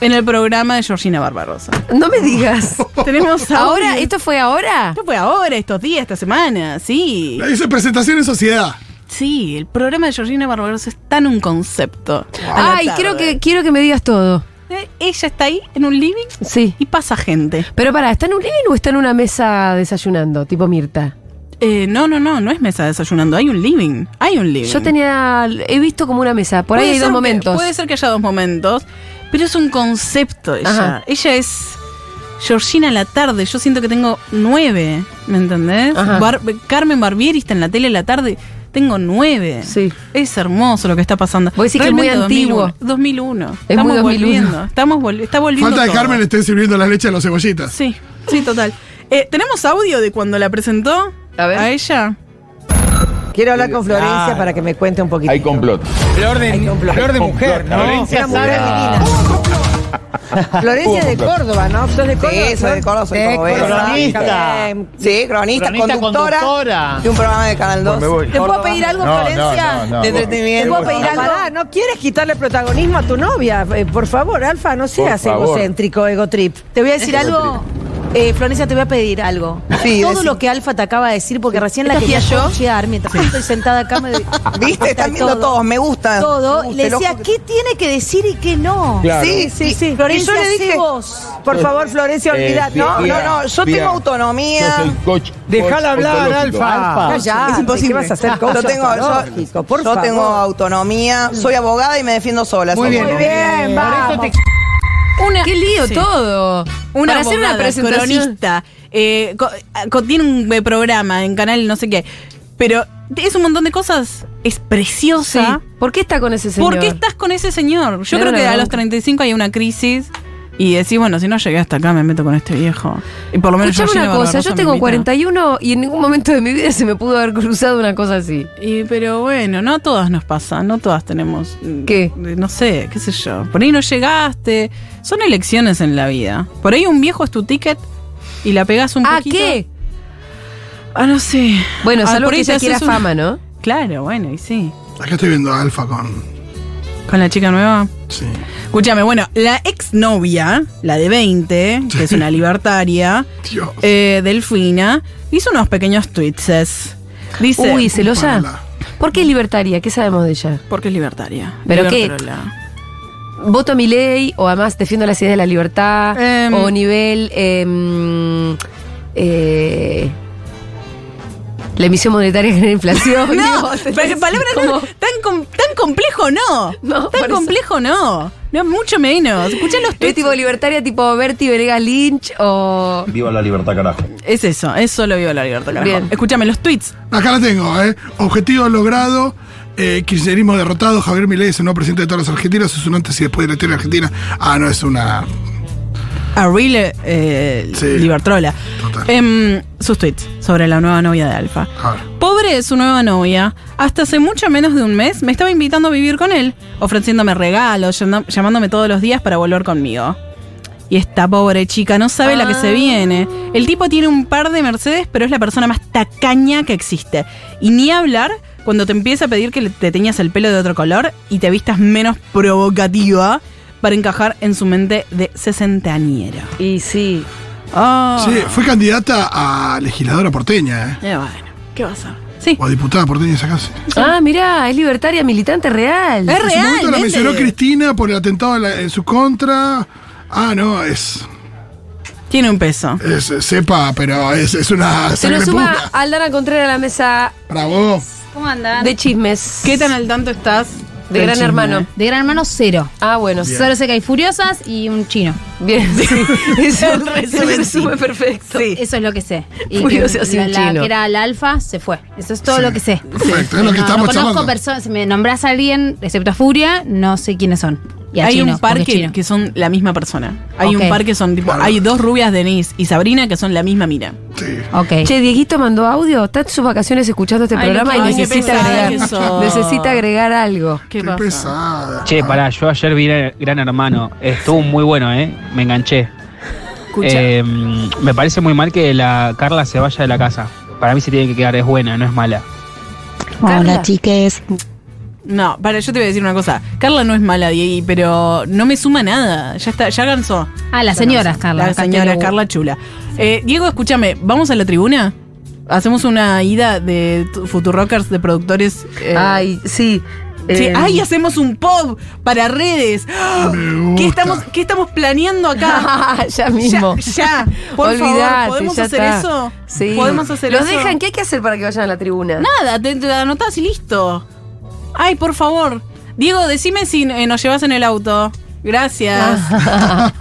S5: en el programa de Georgina
S4: (laughs)
S5: Barbarosa.
S4: No me digas.
S5: Tenemos
S4: ¿Ahora?
S5: audio.
S4: ¿Esto fue ahora?
S5: Esto fue ahora, estos días, esta semana, sí.
S6: La hizo presentación en sociedad.
S5: Sí, el programa de Georgina Barbarosa es tan un concepto. A la
S4: Ay,
S5: tarde.
S4: quiero que, quiero que me digas todo.
S5: Eh, Ella está ahí en un living
S4: Sí.
S5: y pasa gente.
S4: Pero pará, ¿está en un living o está en una mesa desayunando, tipo Mirta?
S5: Eh, no, no, no, no es mesa desayunando, hay un living. Hay un living.
S4: Yo tenía. He visto como una mesa. Por ahí
S5: Puede
S4: hay
S5: ser
S4: dos
S5: que-
S4: momentos.
S5: puede ser que haya dos momentos, pero es un concepto ella.
S4: Ajá.
S5: Ella es Georgina a la tarde. Yo siento que tengo nueve, ¿me entendés?
S4: Ajá.
S5: Bar- Carmen Barbieri está en la tele a la tarde. Tengo nueve.
S4: Sí.
S5: Es hermoso lo que está pasando.
S4: Vos decís que es muy
S5: Realmente
S4: antiguo.
S5: 2001. 2001.
S4: Es
S5: Estamos
S4: muy 2001.
S5: volviendo. Estamos vol- está volviendo.
S6: Falta de
S5: todo.
S6: Carmen le estén sirviendo la leche a los cebollitas.
S5: Sí, sí, total. Eh, ¿Tenemos audio de cuando la presentó
S4: A ver.
S5: a ella?
S10: Quiero hablar con Florencia para que me cuente un poquito.
S8: Hay complot.
S7: Flor de, flor de mujer, ¿no?
S10: Era mujer divina. Florencia de Córdoba, ¿no? ¿Sos de Córdoba? Sí, soy de Córdoba, soy Cronista. Sí, cronista, conductora, de un programa de Canal
S8: Pues
S10: 2.
S4: ¿Te puedo pedir algo, Florencia?
S10: de entretenimiento.
S4: ¿Te puedo pedir algo?
S10: Pará, no quieres quitarle protagonismo a tu novia. Eh, por favor, Alfa, no seas
S8: favor.
S10: egocéntrico, egotrip.
S11: Te voy a decir algo. Eh, Florencia, te voy a pedir algo.
S10: Sí,
S11: Todo
S10: decí.
S11: lo que Alfa te acaba de decir, porque recién la
S4: ¿Esta fui
S11: quería
S4: yo?
S11: cochear mientras yo estoy sentada acá. Me
S10: Viste, están viendo todos, me gusta.
S11: Todo.
S10: Me gusta,
S11: Le
S10: lo
S11: decía,
S10: juro que-
S11: ¿qué tiene que decir y qué no?
S10: Sí, sí, sí.
S11: Florencia,
S10: Y yo le
S11: sé
S10: dije,
S11: vos.
S10: Por favor, Florencia, olvidad. No, no, no, yo tengo autonomía.
S8: coach.
S7: Dejala hablar, Alfa.
S10: Callate,
S11: Es imposible.
S10: ¿Qué vas a hacer coach
S11: Yo tengo- yo-
S10: ontológico? por
S11: yo tengo
S10: autonomía, soy abogada y me defiendo sola. Muy bien, muy bien, (laughs) vamos.
S5: Una,
S4: ¡Qué lío
S5: Sí.
S4: todo!
S5: Una
S4: Para hacer una
S5: abogada,
S4: presentación.
S5: cronista, eh, co- a- co- tiene un eh, programa en canal no sé qué. Pero es un montón de cosas. Es
S4: Sí.
S5: preciosa.
S4: ¿Por qué está con ese señor?
S5: ¿Por qué estás con ese señor?
S4: Me
S5: Yo
S4: da
S5: creo
S4: una
S5: que a los
S4: bronca.
S5: 35 hay una crisis y decís, bueno, si no llegué hasta acá, me meto con este viejo. Y por lo menos
S4: Escuchame
S5: Georgina
S4: una cosa,
S5: Barbarosa
S4: yo
S5: me
S4: tengo
S5: invita.
S4: 41 y en ningún momento de mi vida se me pudo haber cruzado una cosa así.
S5: Y, pero bueno, no a todas nos pasa, no todas tenemos. mm,
S4: ¿Qué?
S5: de- No sé, qué sé yo. Por ahí no llegaste. Son elecciones en la vida. Por ahí un viejo es tu ticket y la pegas un
S4: ¿Ah,
S5: poquito.
S4: qué?
S5: Ah, no sé.
S4: Bueno,
S5: Ah,
S4: salvo
S5: por
S4: que
S5: ahí te
S4: ella quiera
S5: haces un-
S4: fama, ¿no?
S5: Claro, bueno, y sí.
S6: Acá estoy viendo a Alfa con.
S5: Con la chica nueva.
S6: Sí.
S5: Escúchame, bueno, la exnovia, la de 20, que
S4: (laughs)
S5: es una libertaria,
S6: Dios.
S5: eh, Delfina, hizo unos pequeños tweets. Dice.
S4: Uy, celosa.
S6: Ojalá.
S4: ¿Por qué es libertaria? ¿Qué sabemos de ella?
S5: Porque es libertaria.
S4: ¿Pero qué? (laughs)
S5: Libertarola.
S4: Voto a mi ley, o además defiendo las ideas de la libertad,
S5: Em.
S4: o nivel. em, eh, La emisión monetaria genera
S5: (laughs)
S4: inflación.
S5: No,
S4: digo, tenés-
S5: pero palabras no,
S4: como-
S5: tan, com- tan complejo no.
S4: No, por
S5: tan
S4: eso.
S5: complejo no. No, mucho menos. Escuchá los
S4: Es
S5: tweets.
S4: tipo libertaria, tipo Berti Venegas Lynch o.
S12: Viva la libertad, carajo.
S5: Es eso, es solo vivo la libertad. carajo.
S4: Bien.
S5: Escúchame los tweets.
S6: Acá la tengo, ¿eh? Objetivo logrado. Eh, kirchnerismo derrotado, Javier Milei es el nuevo presidente de todos los argentinos, es un antes y después de la historia argentina. Ah, no, es una...
S5: A real eh,
S6: Sí.
S5: Libertrola. Em, sus tweets sobre la nueva novia de Alfa.
S6: A ver.
S5: Pobre es su nueva novia. Hasta hace mucho menos de un mes me estaba invitando a vivir con él, ofreciéndome regalos, llama- llamándome todos los días para volver conmigo. Y esta pobre chica no sabe la que se viene. El tipo tiene un par de Mercedes, pero es la persona más tacaña que existe. Y ni hablar cuando te empieza a pedir que le- te teñas el pelo de otro color y te vistas menos provocativa para encajar en su mente de sesentañera.
S4: Y sí.
S5: Ah.
S6: Sí, fue candidata a legisladora porteña, ¿eh?
S5: Eh, bueno, ¿qué pasa? Sí.
S6: O a diputada porteña, esa casa.
S4: Ah, mirá, es libertaria, militante real.
S5: Es
S6: En su momento la
S5: realmente.
S6: mencionó Cristina por el atentado en, la- en su contra. Ah, no, es,
S5: Tiene un peso.
S6: es sepa, pero es, es una
S4: Se
S6: sangre
S4: nos suma
S6: pura.
S4: Aldana Contreras a la mesa
S6: Bravo.
S13: ¿Cómo andan?
S4: de chismes.
S5: ¿Qué tan al tanto estás?
S4: De
S5: del
S4: Gran
S5: chisme?
S4: Hermano.
S13: De Gran Hermano, cero.
S4: Ah, bueno,
S6: Bien.
S13: Solo sé que hay furiosas y un chino.
S5: (laughs)
S4: Bien, sí. Es
S5: El
S4: un
S5: resumen,
S4: resumen,
S5: sí.
S4: perfecto.
S5: Sí.
S13: Eso es lo que sé. Y
S4: Furiosas y
S13: que, la,
S4: un
S13: la
S4: chino.
S13: que era la alfa se fue. Eso es todo
S6: Sí.
S13: lo que sé.
S6: Perfecto, es lo que
S13: no,
S6: estamos
S13: no
S6: charlando.
S13: conozco personas. Si me nombras a alguien, excepto a Furia, no sé quiénes son. Y a
S5: hay
S13: Chino,
S5: un par
S13: porque es
S5: que,
S13: chino.
S5: que son la misma persona. Hay
S13: Ok.
S5: un par que son tipo. Hay dos rubias, Denise y Sabrina, que son la misma mina.
S6: Sí.
S13: Ok.
S4: Che, Dieguito mandó audio, está en sus vacaciones escuchando este
S5: Ay,
S4: programa y
S5: lo que- ay, qué
S4: necesita
S5: pesada que
S4: agregar.
S5: sos.
S4: Necesita agregar algo.
S5: ¿Qué,
S6: Qué pesada.
S14: Che, pará, yo ayer vi Gran Hermano. Estuvo muy bueno, ¿eh? Me enganché.
S4: Escucha.
S14: Eh, me parece muy mal que la Carla se vaya de la casa. Para mí se tiene que quedar, es buena, no es mala.
S4: Carla.
S9: chiques.
S5: No, para, yo te voy a decir una cosa. Carla no es mala, Diegui, pero no me suma nada. Ya está, ya cansó.
S13: Ah, las
S5: Ya
S13: señoras,
S5: cansó.
S13: Carla.
S5: La señora
S13: Castelo-
S5: Carla Chula. Eh, Diego, escúchame, ¿vamos a la tribuna? Hacemos una ida de tu- Futurockers, de productores. eh,
S4: Ay, sí.
S5: Sí,
S4: eh, (laughs)
S5: ¡Ay, hacemos un pop para redes! ¡Ah! ¿Qué estamos, ¿Qué estamos planeando
S13: (laughs)
S5: acá?
S4: ya mismo.
S5: Ya, ya. Por
S4: Olvidate,
S5: favor, ¿podemos
S4: ya
S5: hacer
S4: está.
S5: eso?
S4: Sí.
S5: ¿Podemos hacer
S4: Los
S5: eso?
S4: dejan, ¿qué hay que hacer para que vayan a la tribuna?
S5: Nada, te, te anotás y listo. Ay, por favor. Diego, decime si eh, nos llevas en el auto.
S4: (laughs)
S5: Gracias.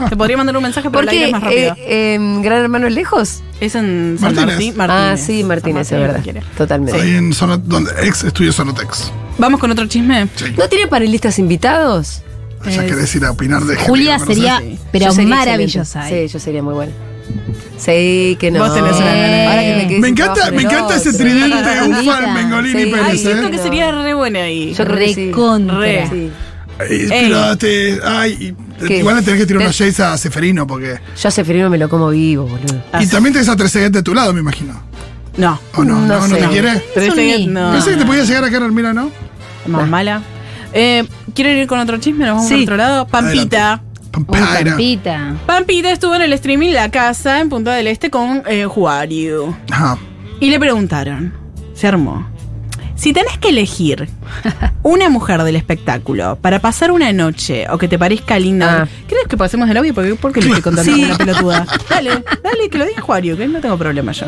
S5: te podría mandar un mensaje, pero la
S4: Porque
S5: ida es más rápido.
S4: eh, em, Gran Hermano es lejos.
S5: es en Santa
S6: Martínez.
S5: Martín. Martínez.
S4: Ah, sí, Martínez,
S5: San
S4: es verdad.
S5: quiere.
S4: Totalmente.
S6: Ahí en Sonot- donde ex estudio Sonotex.
S5: Vamos con otro chisme.
S6: Sí.
S4: ¿No tiene panelistas invitados?
S6: Ya querés ir a opinar de gente
S13: Julia
S6: que no conoces.
S13: sería,
S5: Sí.
S13: pero
S4: Yo sería
S13: maravillosa.
S4: excelente.
S13: eh.
S4: Sí, yo sería muy buena. Sí, que no.
S5: Vos tenés una nena.
S4: Ahora que me quedé
S6: Me
S4: sin
S6: encanta,
S4: trabajo,
S6: me encanta ese
S4: no,
S6: tridente
S13: sí.
S6: Ufan, Mengolini
S4: Sí.
S5: Ay,
S6: Pérez,
S5: siento
S6: ¿eh?
S5: que sería re buena ahí.
S4: Yo creo que sí.
S13: Recontra.
S5: Re.
S4: Sí.
S6: Ay, pero te- ay, y-
S4: ¿Qué?
S6: igual le tenés que tirar
S4: Te-
S6: unos jays a Seferino porque.
S4: Yo a Seferino me lo como vivo, boludo.
S6: Y también tenés a Trezeguet de tu lado, me imagino.
S5: No.
S6: ¿O no?
S4: No
S6: ¿No, no,
S4: sé.
S6: te quiere?
S5: Pero
S13: un
S5: ese-
S13: ni.
S5: no.
S6: Pensé que te podía llegar acá en Almira, ¿no?
S5: Más mala. Eh, ¿Quieren ir con otro chisme? ¿Nos vamos
S4: Sí.
S5: por otro lado? Pampita.
S13: Uy,
S6: Pampaira.
S13: Pampita.
S5: Pampita estuvo en el streaming La Casa en Punta del Este con eh, Juario.
S6: Ajá.
S5: Y le preguntaron, se armó, si tenés
S4: (laughs)
S5: que elegir una mujer del espectáculo para pasar una noche o que te parezca linda,
S4: Ah.
S5: ¿crees que pasemos de novio? Porque ¿por qué le estoy contando
S4: Sí. (laughs)
S5: una pelotuda? Dale, dale, que lo diga Juario, que no tengo problema yo.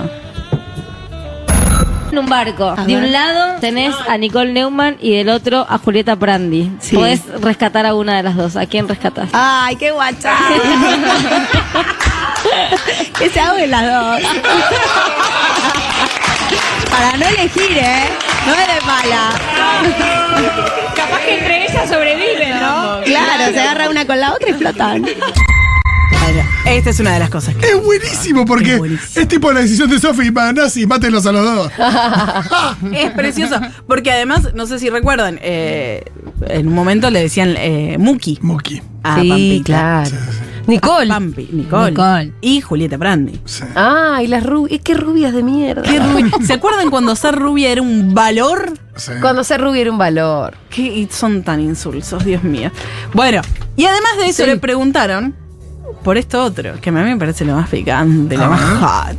S15: En un barco. de un lado tenés a Nicole Neumann y del otro a Julieta Brandi.
S11: Sí.
S15: Podés rescatar a una de las dos. ¿A quién rescatás?
S11: Ay, qué guacha. que se ahoguen las dos. Para no elegir, ¿eh? No eres mala.
S15: Capaz que entre ellas sobreviven, ¿no?
S11: Claro, se agarra una con la otra y flotan.
S5: Bueno, esta es una de las cosas que...
S6: Es buenísimo porque es,
S5: Es buenísimo.
S6: tipo la decisión de Sofi, Manasi, mátenlos a los dos.
S5: Es precioso, porque además, no sé si recuerdan, eh, en un momento le decían eh, Muki
S6: Muki.
S5: a
S4: sí,
S5: Pampita.
S4: claro. Ah, Nicole.
S5: Pampi, Nicole,
S13: Nicole.
S5: y Julieta Brandi.
S6: Sí.
S4: Ah, y las rubias. ¡Qué rubias de mierda!
S5: Qué rubi- ¿Se acuerdan cuando ser rubia era un valor?
S6: sí.
S4: Cuando ser rubia era un valor.
S5: Que son tan insulsos, Dios mío. Bueno, y además de eso
S4: Sí.
S5: le preguntaron por esto otro, que a mí me parece lo más picante, lo
S6: A
S5: más hot.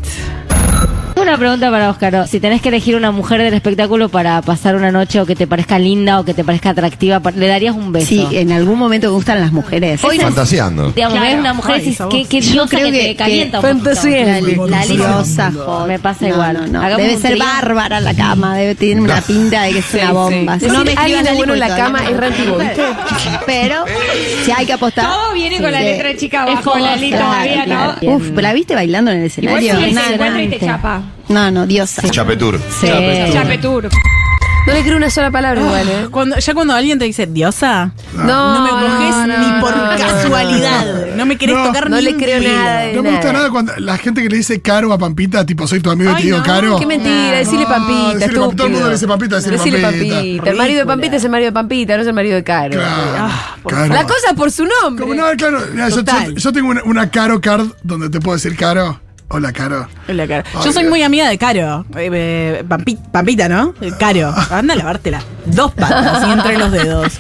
S15: Una pregunta para Óscar. Si tenés que elegir una mujer del espectáculo para pasar una noche o que te parezca linda o que te parezca atractiva, pa- ¿le darías un beso?
S12: Sí, en algún momento gustan las mujeres.
S15: Hoy no-
S16: Fantaseando.
S15: Digamos,
S12: Claro.
S15: ves una mujer
S12: Ay,
S15: y dices,
S12: esa
S15: qué,
S12: voz.
S15: qué
S12: Yo
S15: diosa
S12: creo
S15: que,
S12: que-
S15: te calienta
S12: que-
S15: un poquito.
S12: Fantasía.
S15: La, la
S12: Fantasía.
S15: liosa, jo, me pasa igual.
S12: No, no,
S15: Hagamos
S12: Debe
S15: un
S12: ser
S15: trío.
S12: bárbara la cama, debe tener una pinta de que es una bomba.
S4: Decir, alguien
S12: escriban
S4: es bueno en la
S12: Nicole
S4: cama
S12: Kidman.
S4: es re antiguo, ¿viste?
S12: Pero si hay que apostar.
S4: Todo viene
S12: sí,
S4: con la
S12: de-
S4: letra chica
S12: es
S4: abajo, la lista
S12: claro,
S4: todavía,
S12: claro.
S4: ¿no?
S12: Uf, ¿la viste bailando en el
S4: Igual
S12: escenario?
S4: sí, se encuentra y te chapa.
S12: No, no, diosa.
S16: Chapetur.
S12: Sí. Chapetur.
S4: Chapetur. No le creo una sola palabra igual, ¿eh?
S5: Cuando, ya cuando alguien te dice diosa,
S4: No,
S5: no me coges
S4: no,
S5: ni por
S4: no, no,
S5: casualidad. No, me querés tocar ni
S4: le
S5: un
S4: creo
S5: pelo.
S4: nada de
S6: No me gusta nada cuando la gente que le dice caro a Pampita, tipo, soy tu amigo y te digo caro.
S4: Qué mentira, decirle
S6: No,
S4: Pampita,
S6: decirle Pampita,
S4: estúpido.
S6: todo el mundo le dice Pampita, decirle Pampita.
S4: El marido de Pampita es el marido de Pampita, no es el marido de Caro. Ah, por
S6: Caro.
S4: favor. La cosa por su nombre.
S6: Como, no, claro, mira, yo,
S4: Total.
S6: yo- yo tengo una, una caro card donde te puedo decir caro. Hola, caro.
S5: En la cara.
S6: Ay,
S5: Yo soy
S6: Dios.
S5: muy amiga de Caro. Eh, eh, Pampi- Pampita, ¿no? Eh, Caro. Anda a lavártela. Dos patas y entre los dedos.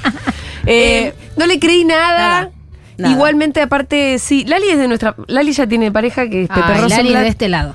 S4: Eh, no le creí nada.
S5: nada.
S4: Igualmente, aparte, sí, Lali es de nuestra. Lali ya tiene pareja que es Pepe
S13: Ay, Lali
S4: Rosenblatt.
S13: de este lado.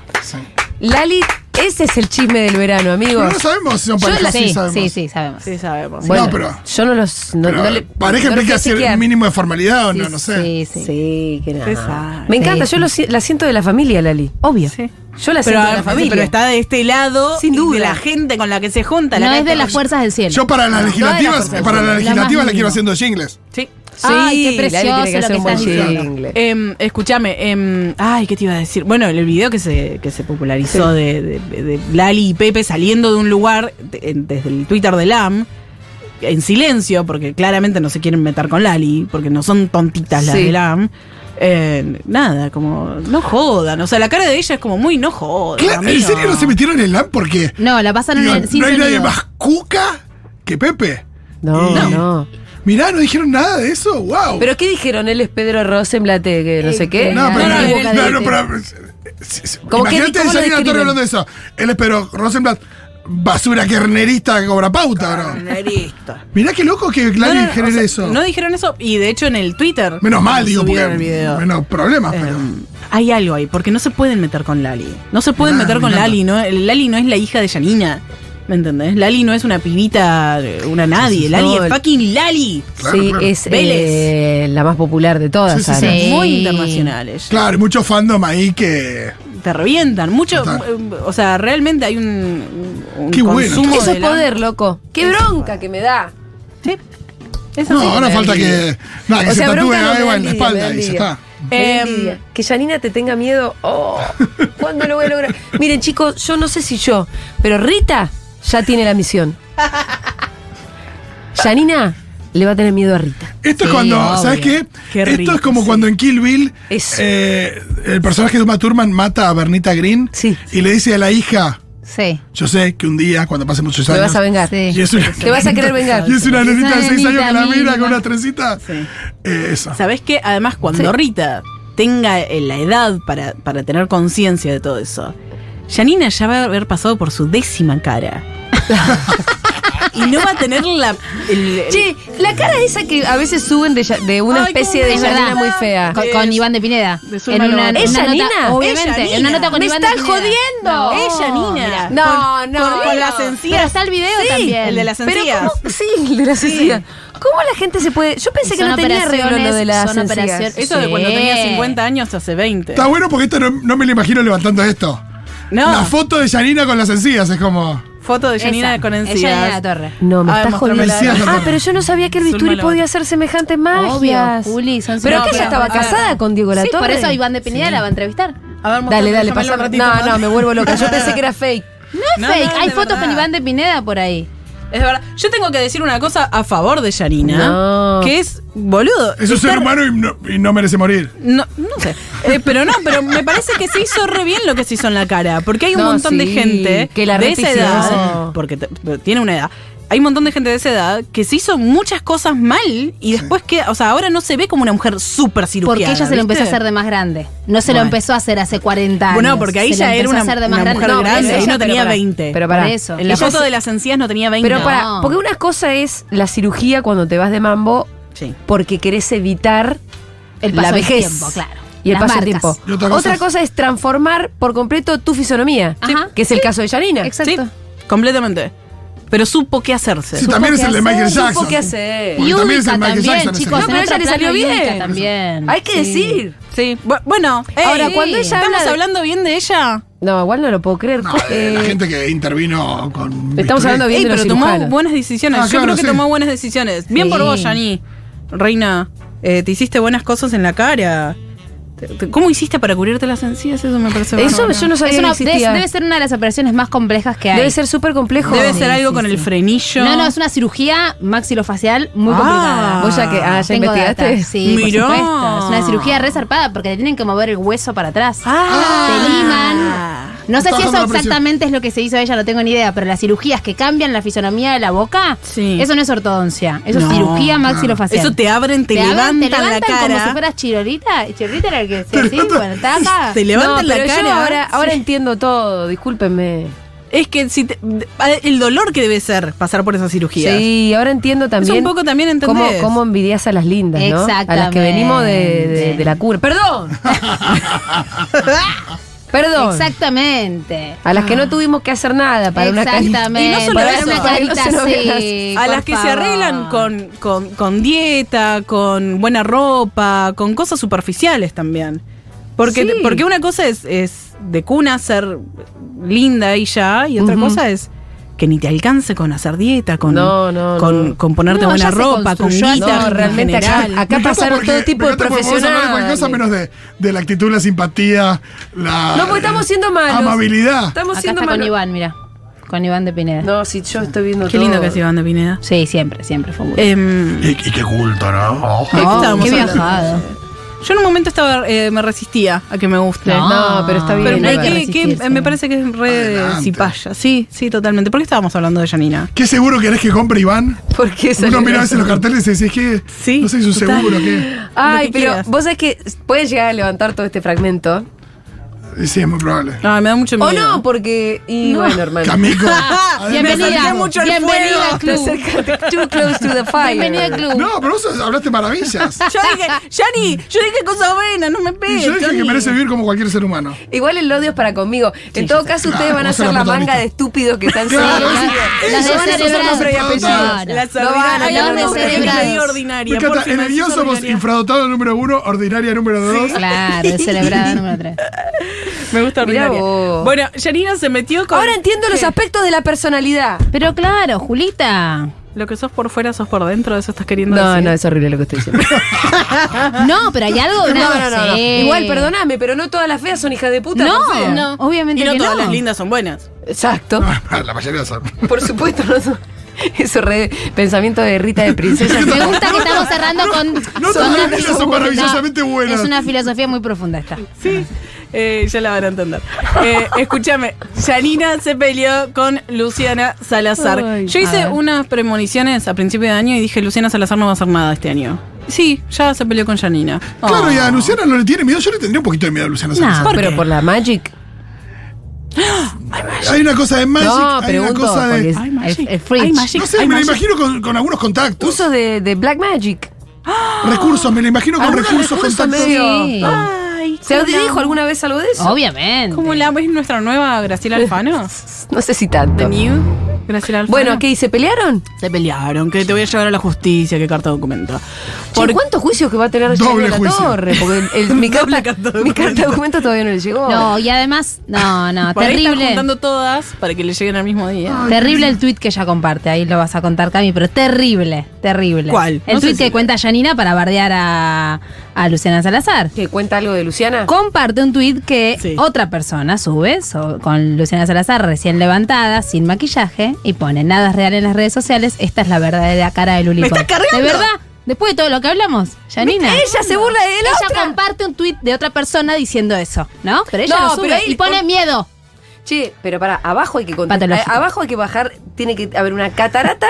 S4: Lali, ese es el chisme del verano, amigos.
S6: Pero no sabemos si son
S13: Yo
S6: parejas,
S13: la-
S6: sí,
S13: sí,
S6: sabemos.
S13: sí, sí, sabemos.
S5: Sí, sabemos.
S4: Bueno,
S6: no, pero,
S4: yo no los. No,
S6: pero
S4: no le,
S6: pareja
S4: no los
S6: implica
S4: voy a
S6: hacer
S4: chequear.
S6: un mínimo de formalidad o no, no sé.
S13: Sí, sí.
S4: Sí, que nada.
S5: Se sabe.
S4: Me encanta, yo lo si- la siento de la familia, Lali. Obvio. Yo la
S5: Pero,
S4: siento de la familia.
S5: pero está de este lado
S4: Sin
S5: y
S4: duda.
S5: de la gente con la que se junta.
S13: No
S5: la
S13: es de
S5: gente-
S13: las fuerzas del cielo.
S6: Yo para las
S13: No,
S6: legislativas,
S13: todas las
S6: para las
S13: fuerzas del cielo.
S6: legislativas
S13: Lo
S6: la
S13: más
S6: quiero
S13: mínimo.
S6: haciendo jingles.
S5: Sí.
S4: Sí,
S13: Ay, qué
S4: Lali tiene
S13: precioso
S4: que hacer
S13: lo que
S4: un buen
S13: estás diciendo.
S4: jingle.
S5: Em, escúchame, em, ay, ¿qué te iba a decir? Bueno, el video que se, que se popularizó
S4: Sí.
S5: de, de- de Lali y Pepe saliendo de un lugar de- en- desde el Twitter de LAM, en silencio, porque claramente no se quieren meter con Lali, porque no son tontitas las
S4: Sí.
S5: de LAM. Eh, nada, como, no jodan. O sea, la cara de ella es como muy no jodan.
S6: Claro, ¿En
S5: amigo.
S6: serio no se metieron en el LAN? ¿Por qué?
S13: No, la pasan
S6: Digo,
S13: en el, sin
S6: no hay nadie
S13: sonido.
S6: más cuca que Pepe.
S4: No,
S6: Y-
S4: no.
S6: Mirá, no dijeron nada de eso. ¡Wow!
S4: ¿Pero qué dijeron? Él es Pedro Rosenblatt, eh, que no
S13: Eh,
S4: sé qué.
S6: no, pero.
S5: no, boca
S6: No,
S5: de
S13: este.
S6: no, no,
S5: Pepe.
S6: pero- eh, sí, sí.
S4: ¿Cómo que-
S6: Imagínate
S4: cómo lo
S6: salir a la
S4: describen?
S6: torre hablando de eso. Él es pero Rosenblatt, basura kernerista que cobra pauta, ¿no?
S5: Listo.
S6: Mirá qué loco que
S5: No,
S6: Clary
S5: no, no,
S6: genere
S5: o sea,
S6: eso.
S5: No dijeron eso, y de hecho en el Twitter.
S6: menos mal, digo, porque.
S5: subieron el video. Eh, Em,
S6: Menos problemas, pero.
S5: Hay algo ahí, porque no se pueden meter con Lali. No se pueden
S6: Ah,
S5: meter
S6: me
S5: con
S6: encanta.
S5: Lali, ¿no? El Lali no es la hija de Janina. ¿Me entendés? Lali no es una pibita, eh, una nadie.
S4: sí,
S5: Lali
S4: no,
S5: es
S4: el-
S5: fucking Lali.
S6: Claro,
S4: sí,
S6: claro.
S4: es eh,
S5: Vélez.
S4: la más popular de todas.
S6: Sí, sí,
S4: Ana.
S13: Sí.
S5: Muy internacionales.
S6: Claro, mucho fandom ahí que.
S5: Te revientan. Mucho.
S6: Total.
S5: eh, O sea, realmente hay un, un
S6: Qué bueno.
S5: consumo
S4: Eso
S5: de
S4: es
S5: la-
S4: poder, loco. Qué bronca que me da.
S5: Eso
S6: No,
S5: sí.
S6: ahora falta que. Nada, que
S4: O
S6: se
S4: sea,
S6: tatúe
S4: bronca no
S6: a
S4: me
S6: Eva
S4: da
S6: en la
S4: envidia, me da
S6: espalda y ya
S4: envidia.
S6: está.
S4: Qué
S5: Eh,
S4: envidia. que Janina te tenga miedo. Oh, ¿Cuándo lo voy a
S6: (laughs)
S4: lograr? Miren, chicos, yo no sé si yo, pero Rita ya tiene la (laughs) misión. Janina le va a tener miedo a Rita.
S6: Esto es
S13: Sí,
S6: cuando,
S13: obvio.
S6: ¿sabes qué?
S5: Qué
S6: Esto
S5: rico,
S6: es como
S5: sí.
S6: cuando en Kill Bill
S4: Eso.
S6: eh, el personaje de Uma Thurman mata a Bernita Green
S4: Sí.
S6: y le dice a la hija,
S13: Sí.
S6: yo sé que un día, cuando pasen muchos
S4: Te
S6: años...
S4: vas a vengar.
S6: y es una-
S4: Te vas a querer vengar.
S6: Y es una
S13: Esa
S6: nenita de 6 años
S13: nenita
S6: que la mira
S13: mínima.
S6: con una trencita. Eh, eso.
S5: ¿Sabés qué? Además, cuando
S4: Sí.
S5: Rita tenga eh, la edad para, para tener conciencia de todo eso, Janina ya va a haber pasado por su décima cara.
S4: (laughs)
S5: y no va a tener la. el- el-
S4: Che, la cara esa que a veces suben de, ya- de una
S5: Ay,
S4: especie de
S5: cómo me
S13: Es verdad.
S4: Janina muy fea.
S13: Con, con Iván de Pineda.
S5: De
S13: en
S5: Zulma
S13: una,
S5: Lobato.
S13: en
S4: ¿Es
S13: una
S4: Janina?
S13: nota, obviamente.
S5: ¿Es
S13: en una nota con
S4: ¡Me
S13: Iván de
S4: están
S13: Pineda.
S4: jodiendo!
S5: Es Janina.
S4: No, no.
S5: Con, con las
S13: Pero
S5: encías.
S13: está el video
S5: Sí,
S13: también.
S5: el de las
S4: Pero
S5: encías.
S4: ¿cómo? Sí, el de las encías. ¿Cómo la gente se puede...? Yo pensé
S13: Y
S4: que
S13: son
S4: no tenía arreglo lo de
S13: operaciones,
S4: las
S13: son
S4: encías.
S13: operaciones.
S5: Eso de cuando
S13: Sí.
S5: tenía 50 años hace 20.
S6: Está bueno porque esto no, no me lo imagino levantando esto.
S5: No,
S6: La foto de Janina con las encías es como...
S5: foto de Janina
S13: Esa.
S5: con
S13: Es
S5: encías.
S13: Janina de la Torre.
S4: No, me
S5: Ah,
S4: estás
S5: mostrame
S4: jodiendo.
S5: la-
S6: Decías,
S4: Ah,
S6: Fernanda.
S4: pero yo no sabía que el
S5: Zulma
S4: bisturi
S5: Lobato.
S4: podía hacer semejantes
S13: Obvio,
S4: magias.
S13: Juli, son
S4: Pero
S13: sus-
S4: que ella
S13: No,
S4: estaba
S13: pero-
S4: casada con Diego La
S13: Sí, por
S4: Torre.
S13: eso Iván de Pineda la va a entrevistar.
S5: A ver, mostrame,
S4: Dale, dale,
S5: déjamelo
S4: pasa.
S5: un ratito
S4: No,
S5: más.
S4: no, me vuelvo loca.
S5: (laughs)
S4: Yo pensé que (laughs) era fake.
S5: No,
S13: No, fake.
S5: no,
S13: Hay
S5: de
S13: fotos
S5: verdad.
S13: con Iván de Pineda por ahí.
S5: Es verdad. Yo tengo que decir una cosa a favor de Yanina.
S4: No.
S5: Que es, boludo.
S6: Es un ser
S5: estar-
S6: humano y no, y no merece morir.
S5: No, no sé. Eh, pero no, pero me parece que se hizo re bien lo que se hizo en la cara. Porque hay un
S4: No,
S5: montón de
S4: sí,
S5: gente
S4: que la
S5: de esa
S4: repifió.
S5: edad. Porque te- tiene una edad. Hay un montón de gente de esa edad que se hizo muchas cosas mal y después que, o sea, ahora no se ve como una mujer súper cirujana.
S13: Porque ella se lo empezó a hacer de más grande. No se
S5: Bueno.
S13: lo empezó a hacer hace 40 años.
S5: Bueno, porque ahí
S13: Se lo
S5: ya era
S13: empezó a
S5: una,
S13: hacer de
S5: una
S13: más grande.
S5: mujer
S13: No,
S5: grande.
S13: pero
S5: Ahí
S13: ella-
S5: no tenía 20.
S4: Pero pará.
S13: Por eso.
S5: en la
S4: Ella
S5: foto
S4: se-
S5: de las encías no tenía 20.
S4: Pero
S13: No.
S4: para, porque una cosa es la cirugía cuando te vas de mambo
S5: Sí.
S4: porque querés evitar
S13: el
S4: la
S13: paso del
S4: vejez.
S13: tiempo, claro.
S4: y el
S13: Las
S4: paso del
S13: marcas.
S4: tiempo.
S13: Y
S4: Otra
S13: otra
S4: cosa,
S13: cosa
S4: es... transformar por completo tu fisonomía,
S13: Ajá.
S4: que es el caso de Janina.
S13: Exacto.
S5: completamente. Pero supo qué hacerse.
S6: Sí, también Supo es el qué de Michael hacer. Jackson.
S4: Supo qué hacer.
S5: Porque
S4: Y Ubica
S5: también es el Michael
S4: también,
S5: Jackson ese.
S4: chicos.
S5: No,
S4: en
S5: pero a
S4: otro
S5: ella le salió
S4: plano y Ubica
S5: bien.
S13: también.
S4: Hay que decir.
S5: Sí. Bu- Bueno,
S4: Ahora,
S5: ey,
S4: cuando ella
S5: ¿Estamos
S4: habla de-
S5: hablando bien de ella?
S4: No, igual no lo puedo creer.
S6: No, de la gente que intervino con.
S4: eh, Estamos
S6: bisturí.
S4: hablando bien
S5: Ey,
S4: de los
S5: pero tomó
S4: cirujanos.
S5: buenas decisiones.
S6: Ah,
S5: Yo
S6: claro,
S5: creo que
S6: sí.
S5: tomó buenas decisiones. Bien por
S4: Sí.
S5: vos, Yani. Reina, eh, te hiciste buenas cosas en la cara. Te- te- ¿Cómo hiciste para cubrirte las encías? Eso me parece
S4: Eso
S5: bárbaro.
S4: yo no sabía
S13: Es una-
S4: que existía.
S13: debe- debe ser una de las operaciones más complejas que hay.
S4: Debe ser súper complejo.
S5: Debe ser algo con el frenillo.
S13: No, no, es una cirugía maxilofacial muy
S5: Ah.
S13: complicada.
S4: Vos ya que- ah, ya
S13: Tengo
S4: investigaste.
S13: data, Sí, por
S5: Mirá.
S13: supuesto. Es una cirugía resarpada porque te tienen que mover el hueso para atrás. Te liman. No sé
S5: Ah, Está
S13: si eso
S5: bajando la presión.
S13: exactamente es lo que se hizo a ella, no tengo ni idea, pero las cirugías que cambian la fisonomía de la boca,
S5: Sí.
S13: eso no es ortodoncia, eso
S5: No.
S13: es cirugía maxilofacial.
S5: Eso te abren, te,
S13: abren,
S5: levantan,
S13: te
S5: la
S13: como si
S5: cara.
S13: fueras chirolita. y Chirolita era el que decía así, bueno, está acá.
S5: Te levantan
S4: No,
S5: la
S4: pero yo
S5: cara.
S4: ahora- ahora
S5: entiendo todo, discúlpenme. Es que si te- el dolor que debe ser pasar por esa cirugía.
S4: Sí, ahora entiendo también.
S5: un poco también
S4: Cómo,
S5: entendés.
S4: cómo envidias a las lindas, ¿no? A las que
S13: Exactamente.
S4: venimos de, de- de la cura. ¡Perdón!
S6: (laughs)
S10: Ah,
S4: Perdón.
S13: Exactamente.
S4: A las que no tuvimos que hacer nada para una carita.
S13: Exactamente. Y no solo
S4: Para
S13: eso,
S4: una
S13: para
S4: carita
S13: que no se nos vea
S4: así.
S5: a
S13: por
S5: las que se
S13: favor.
S5: arreglan con, con, con dieta, con buena ropa, con cosas superficiales también. Porque,
S4: Sí.
S5: porque una cosa es, es de cuna ser linda y ya, y otra
S4: Ujú.
S5: cosa es que ni te alcance con hacer dieta, con,
S4: No, no,
S5: con,
S4: no.
S5: con ponerte
S4: No,
S5: buena
S4: ya se
S5: ropa, con
S4: construyó
S5: guita.
S4: algo.
S5: en
S4: No, realmente acá-
S5: general.
S4: acá
S6: Me encanta
S4: pasaron
S6: porque-
S4: todo tipo de
S6: me encanta porque podemos hablar de cualquier cosa menos de, de la actitud, la simpatía, la.
S4: No, porque estamos siendo malos.
S6: Amabilidad.
S4: Estamos
S13: Acá
S4: siendo
S13: está con
S4: malos.
S13: Iván, mira. Con Iván de Pineda.
S4: No, si yo estoy viendo
S5: Qué
S4: todo.
S5: lindo que es Iván de Pineda.
S13: Sí, siempre, siempre fue muy
S5: Em,
S6: Y, y qué culto, ¿no?
S5: ¿de Oh, qué estábamos
S13: Eh, qué
S5: hablando?
S13: viajado.
S5: Yo en un momento estaba, eh, me resistía a que me guste.
S4: No, No, pero está bien,
S5: Pero
S4: hay que
S5: que- que eh,
S4: resistirse.
S5: me parece que es re
S6: Adelante.
S5: cipaya. Sí, sí, totalmente. ¿Por qué estábamos hablando de Janina?
S6: ¿Qué seguro querés que compre Iván?
S4: (laughs) Porque
S6: Uno mira a veces los carteles y decís que no sé si es un
S5: total.
S6: seguro que.
S4: Ay,
S5: que
S4: pero
S5: quieras.
S4: vos sabés que puedes llegar a levantar todo este fragmento.
S6: Sí, es muy probable.
S5: Oh, No, me da mucho
S4: O
S5: miedo.
S4: no, porque. Y
S5: No.
S4: bueno, hermano. (laughs)
S6: Camico.
S13: Bienvenida.
S5: Me acerqué mucho al
S13: bienvenida
S5: fuego.
S13: al club.
S4: Too close to the fire.
S13: Bienvenida al club.
S6: No, pero vos hablaste
S4: (laughs)
S6: maravillas.
S5: Yo (laughs) dije, Yani, yo dije cosas buenas, no me
S6: Y
S5: pegues.
S6: yo dije que
S5: Johnny.
S6: merece vivir como cualquier ser humano.
S4: Igual el odio es para conmigo. en todo caso,
S6: Claro,
S4: ustedes van a
S6: vos sos
S4: ser la
S6: la
S4: manga
S6: protagonista.
S4: de estúpidos que están
S6: Claro,
S4: siendo.
S6: sí.
S13: Las
S4: Las van a usar nombre y
S13: descerebradas.
S4: apellido.
S13: No,
S4: No
S5: La
S4: van a
S5: soberanía,
S4: tener
S13: los
S4: nombre y
S13: descerebrados.
S4: apellido.
S6: Me
S5: ordinaria.
S6: encanta,
S5: por si
S6: en
S5: me
S6: el guión
S5: decís
S6: somos
S5: ordinaria.
S6: infradotados número uno, ordinaria número dos.
S13: Claro, celebrada número 3.
S5: Me gusta
S4: Mirá
S5: ordinaria.
S4: vos.
S5: Bueno, Janina se metió con.
S4: Ahora entiendo los
S5: ¿Qué?
S4: aspectos de la personalidad.
S13: Pero claro, Julita.
S5: Lo que sos por fuera, sos por dentro, eso estás queriendo
S4: No,
S5: decir.
S4: no, es horrible lo que estoy (laughs) diciendo.
S13: No, pero hay algo de
S4: No, no, no, no.
S13: sí.
S4: Igual, perdóname, pero no todas las feas son hijas de puta.
S13: Eh. No,
S4: por fea.
S13: no, obviamente
S5: Y no
S13: que
S5: todas
S13: no.
S5: las lindas son buenas.
S4: Exacto.
S6: (laughs) La mayoría son.
S4: Por supuesto, no son- Eso re pensamiento de Rita
S13: (laughs)
S4: de princesa.
S13: Me gusta que estamos cerrando con.
S6: No
S13: con
S6: todas las
S13: una
S6: lindas son
S13: filosofía-
S6: maravillosamente
S13: No,
S6: buenas.
S13: Es una filosofía muy profunda esta.
S5: Sí, eh, ya la van a entender. Eh, escúchame, Janina se peleó con Luciana Salazar.
S13: Ay,
S5: Yo
S13: a
S5: hice
S13: ver.
S5: unas premoniciones a principio de año y dije, Luciana Salazar no va a hacer nada este año. Sí, ya se peleó con Janina.
S6: Claro,
S5: Oh.
S6: y a Luciana no le tiene miedo. Yo le tendría un poquito de miedo a Luciana Salazar.
S4: No, pero por la Magic.
S6: Hay una cosa de Magic,
S4: no,
S6: hay una
S4: pregunto.
S6: cosa
S4: porque
S6: de.
S4: es-
S5: Ay, Magic.
S13: El, el fridge.
S5: Ay, Magic.
S6: No sé,
S5: Ay,
S6: me la
S5: Magic.
S6: imagino con, con algunos contactos.
S4: Uso de, de Black Magic.
S6: Recursos, me la imagino con
S4: Algunos
S6: recursos,
S4: recursos
S6: contactos.
S4: medio- Ah,
S13: Sí.
S5: Ay,
S4: ¿Se
S5: ¿cómo la
S4: dijo
S5: amo?
S4: alguna vez algo de eso?
S13: Obviamente.
S5: ¿Cómo la ves nuestra nueva Graciela Alfano?
S4: No sé si tanto.
S5: The New Graciela Alfano.
S4: Bueno, ¿qué? ¿Y se pelearon?
S5: Se pelearon, que te voy a llevar a la justicia, que carta documento.
S4: Che, ¿Cuántos juicios que va a tener
S6: Doble
S4: Doble la
S6: juicio.
S4: Torre? Porque el- el- mi, carta,
S5: Doble carta de
S4: mi carta de
S5: documento.
S4: documento todavía no le llegó.
S13: No, y además, no, no,
S5: Por ahí están
S13: terrible.
S5: juntando todas para que le lleguen al mismo día.
S13: Terrible el tuit que ella comparte, ahí lo vas a contar, Cami, pero terrible, terrible.
S5: ¿Cuál?
S13: El
S5: No sé
S13: tuit
S5: si-
S13: que cuenta Janina para bardear a, a Luciana Salazar.
S4: ¿Que cuenta algo de Luciana?
S13: Comparte un tuit que
S5: Sí.
S13: otra persona sube so- con Luciana Salazar recién levantada, sin maquillaje, y pone nada es real en las redes sociales, esta es la verdadera cara de Lulipop.
S5: ¡Me está cargando!
S13: ¿De verdad? Después de todo lo que hablamos, Janina.
S4: Ella se burla de la
S13: Ella
S4: otra.
S13: comparte un tuit de otra persona diciendo eso, ¿no? Pero ella
S4: No,
S13: lo sube
S4: pero ahí-
S13: y pone miedo.
S4: Che, pero para abajo hay que contar.
S13: Patológico.
S4: a- Abajo hay que bajar, tiene que haber una catarata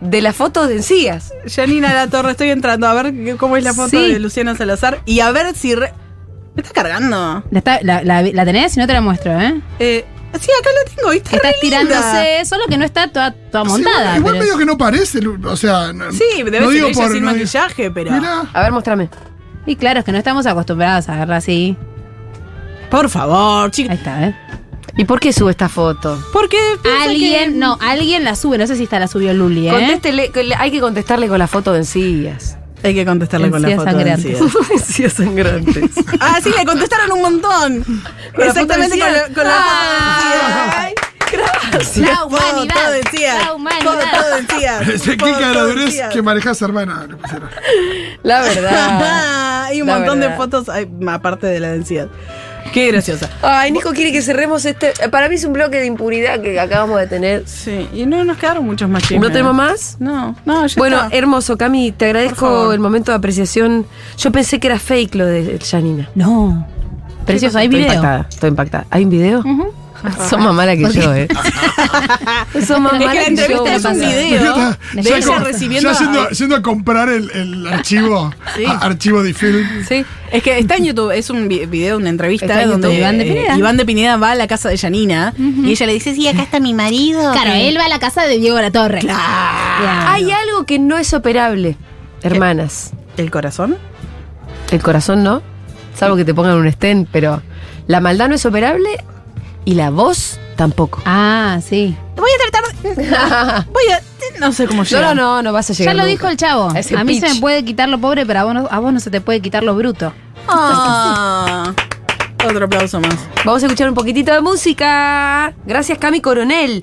S4: de las fotos de encías.
S5: Janina La Torre, estoy entrando a ver qué- cómo es la foto
S13: Sí.
S5: de Luciana Salazar y a ver si. re- ¿Me está cargando?
S13: La, está- la- la- la tenés? Si no te la muestro, ¿eh?
S5: Eh, sí, acá la tengo. y Está
S13: Está
S5: re linda.
S13: estirándose, solo que no está toda, toda
S6: Sí,
S13: montada.
S6: igual, igual
S13: pero
S6: medio que no parece, Lu- o sea, no-
S5: Sí, debe
S6: no
S5: ser
S6: digo
S5: ella
S6: por-
S5: sin
S6: no digo-
S5: (laughs) maquillaje, pero.
S6: Mirá, (laughs)
S4: A ver, muéstrame.
S13: Y claro, es que no estamos acostumbrados a verla así.
S5: Por favor, chicos.
S13: Ahí está, ¿eh?
S4: ¿Y por qué sube esta foto?
S5: Porque piensa
S13: Alguien,
S5: que-
S13: no, alguien la sube, no sé si esta la subió Luli, ¿eh?
S4: Contéstele, que le- hay que contestarle con la foto de encías.
S5: Hay que contestarle con la
S4: Encías
S5: foto de
S13: (laughs)
S4: sangrantes. Encías sangrantes.
S5: Ah, sí, le contestaron un montón.
S4: Con la foto
S5: Exactamente
S4: de
S5: con la,
S4: Cian.
S5: con la
S4: Ay,
S5: gracias.
S13: "Ah, La humanidad,
S5: (laughs) Todo decía.
S13: la humanidad.
S5: Todo decía.
S6: (laughs) Es el clic de la durez que manejas, hermana. le pusieron.
S4: La (laughs) verdad.
S5: (laughs) Hay un
S4: La
S5: montón de
S4: verdad.
S5: fotos ay, aparte de la densidad. Qué graciosa.
S4: Ay, Nico quiere que cerremos este. Para mí es un bloque de impunidad que acabamos de tener.
S5: Sí, y no nos quedaron muchos más chismes.
S4: ¿No tenemos más?
S5: No, no, ya
S4: Bueno,
S5: está.
S4: hermoso, Cami, te agradezco
S5: favor.
S4: el momento de apreciación. Yo pensé que era fake lo de Janina.
S5: No.
S13: Precioso, hay
S4: Estoy
S13: video.
S4: impactada, estoy impactada. ¿Hay un video? Son más mala que yo,
S5: (laughs)
S4: eh. Son más
S5: Es que
S4: mala
S5: la
S4: que yo.
S5: entrevista es un video de
S6: Ya
S5: ella
S6: como-
S5: recibiendo.
S6: ya yendo,
S5: a-
S6: yendo a comprar el, el archivo,
S5: Sí.
S6: a- archivo de film.
S4: Sí.
S5: Es que está en YouTube, es un vi- video, una entrevista
S13: Está en
S5: donde
S13: YouTube, Iván de
S5: eh,
S13: Pineda.
S5: Iván de Pineda va a la casa de Yanina y ella le dice, sí, acá está mi marido. Eh,
S13: Claro,
S5: que-
S13: él va a la casa de Diego La Torre.
S5: Ah,
S4: Hay algo que no es operable, hermanas.
S5: ¿El corazón?
S4: El corazón no, salvo que te pongan un estén, pero la maldad no es operable y la voz tampoco.
S13: Ah, sí.
S5: Voy
S4: (laughs)
S5: a tratar de... Voy a... No sé cómo
S4: No, no,
S5: llega.
S4: no, no vas a
S13: Ya
S4: llegar.
S13: lo
S4: nunca.
S13: dijo el chavo.
S4: A ese
S13: A mí se
S4: pitch.
S13: me puede quitar lo pobre, pero a vos no, a vos no se te puede quitar lo bruto.
S5: Ah. Otro aplauso más.
S4: Vamos a escuchar un poquitito de música. Gracias, Cami Coronel.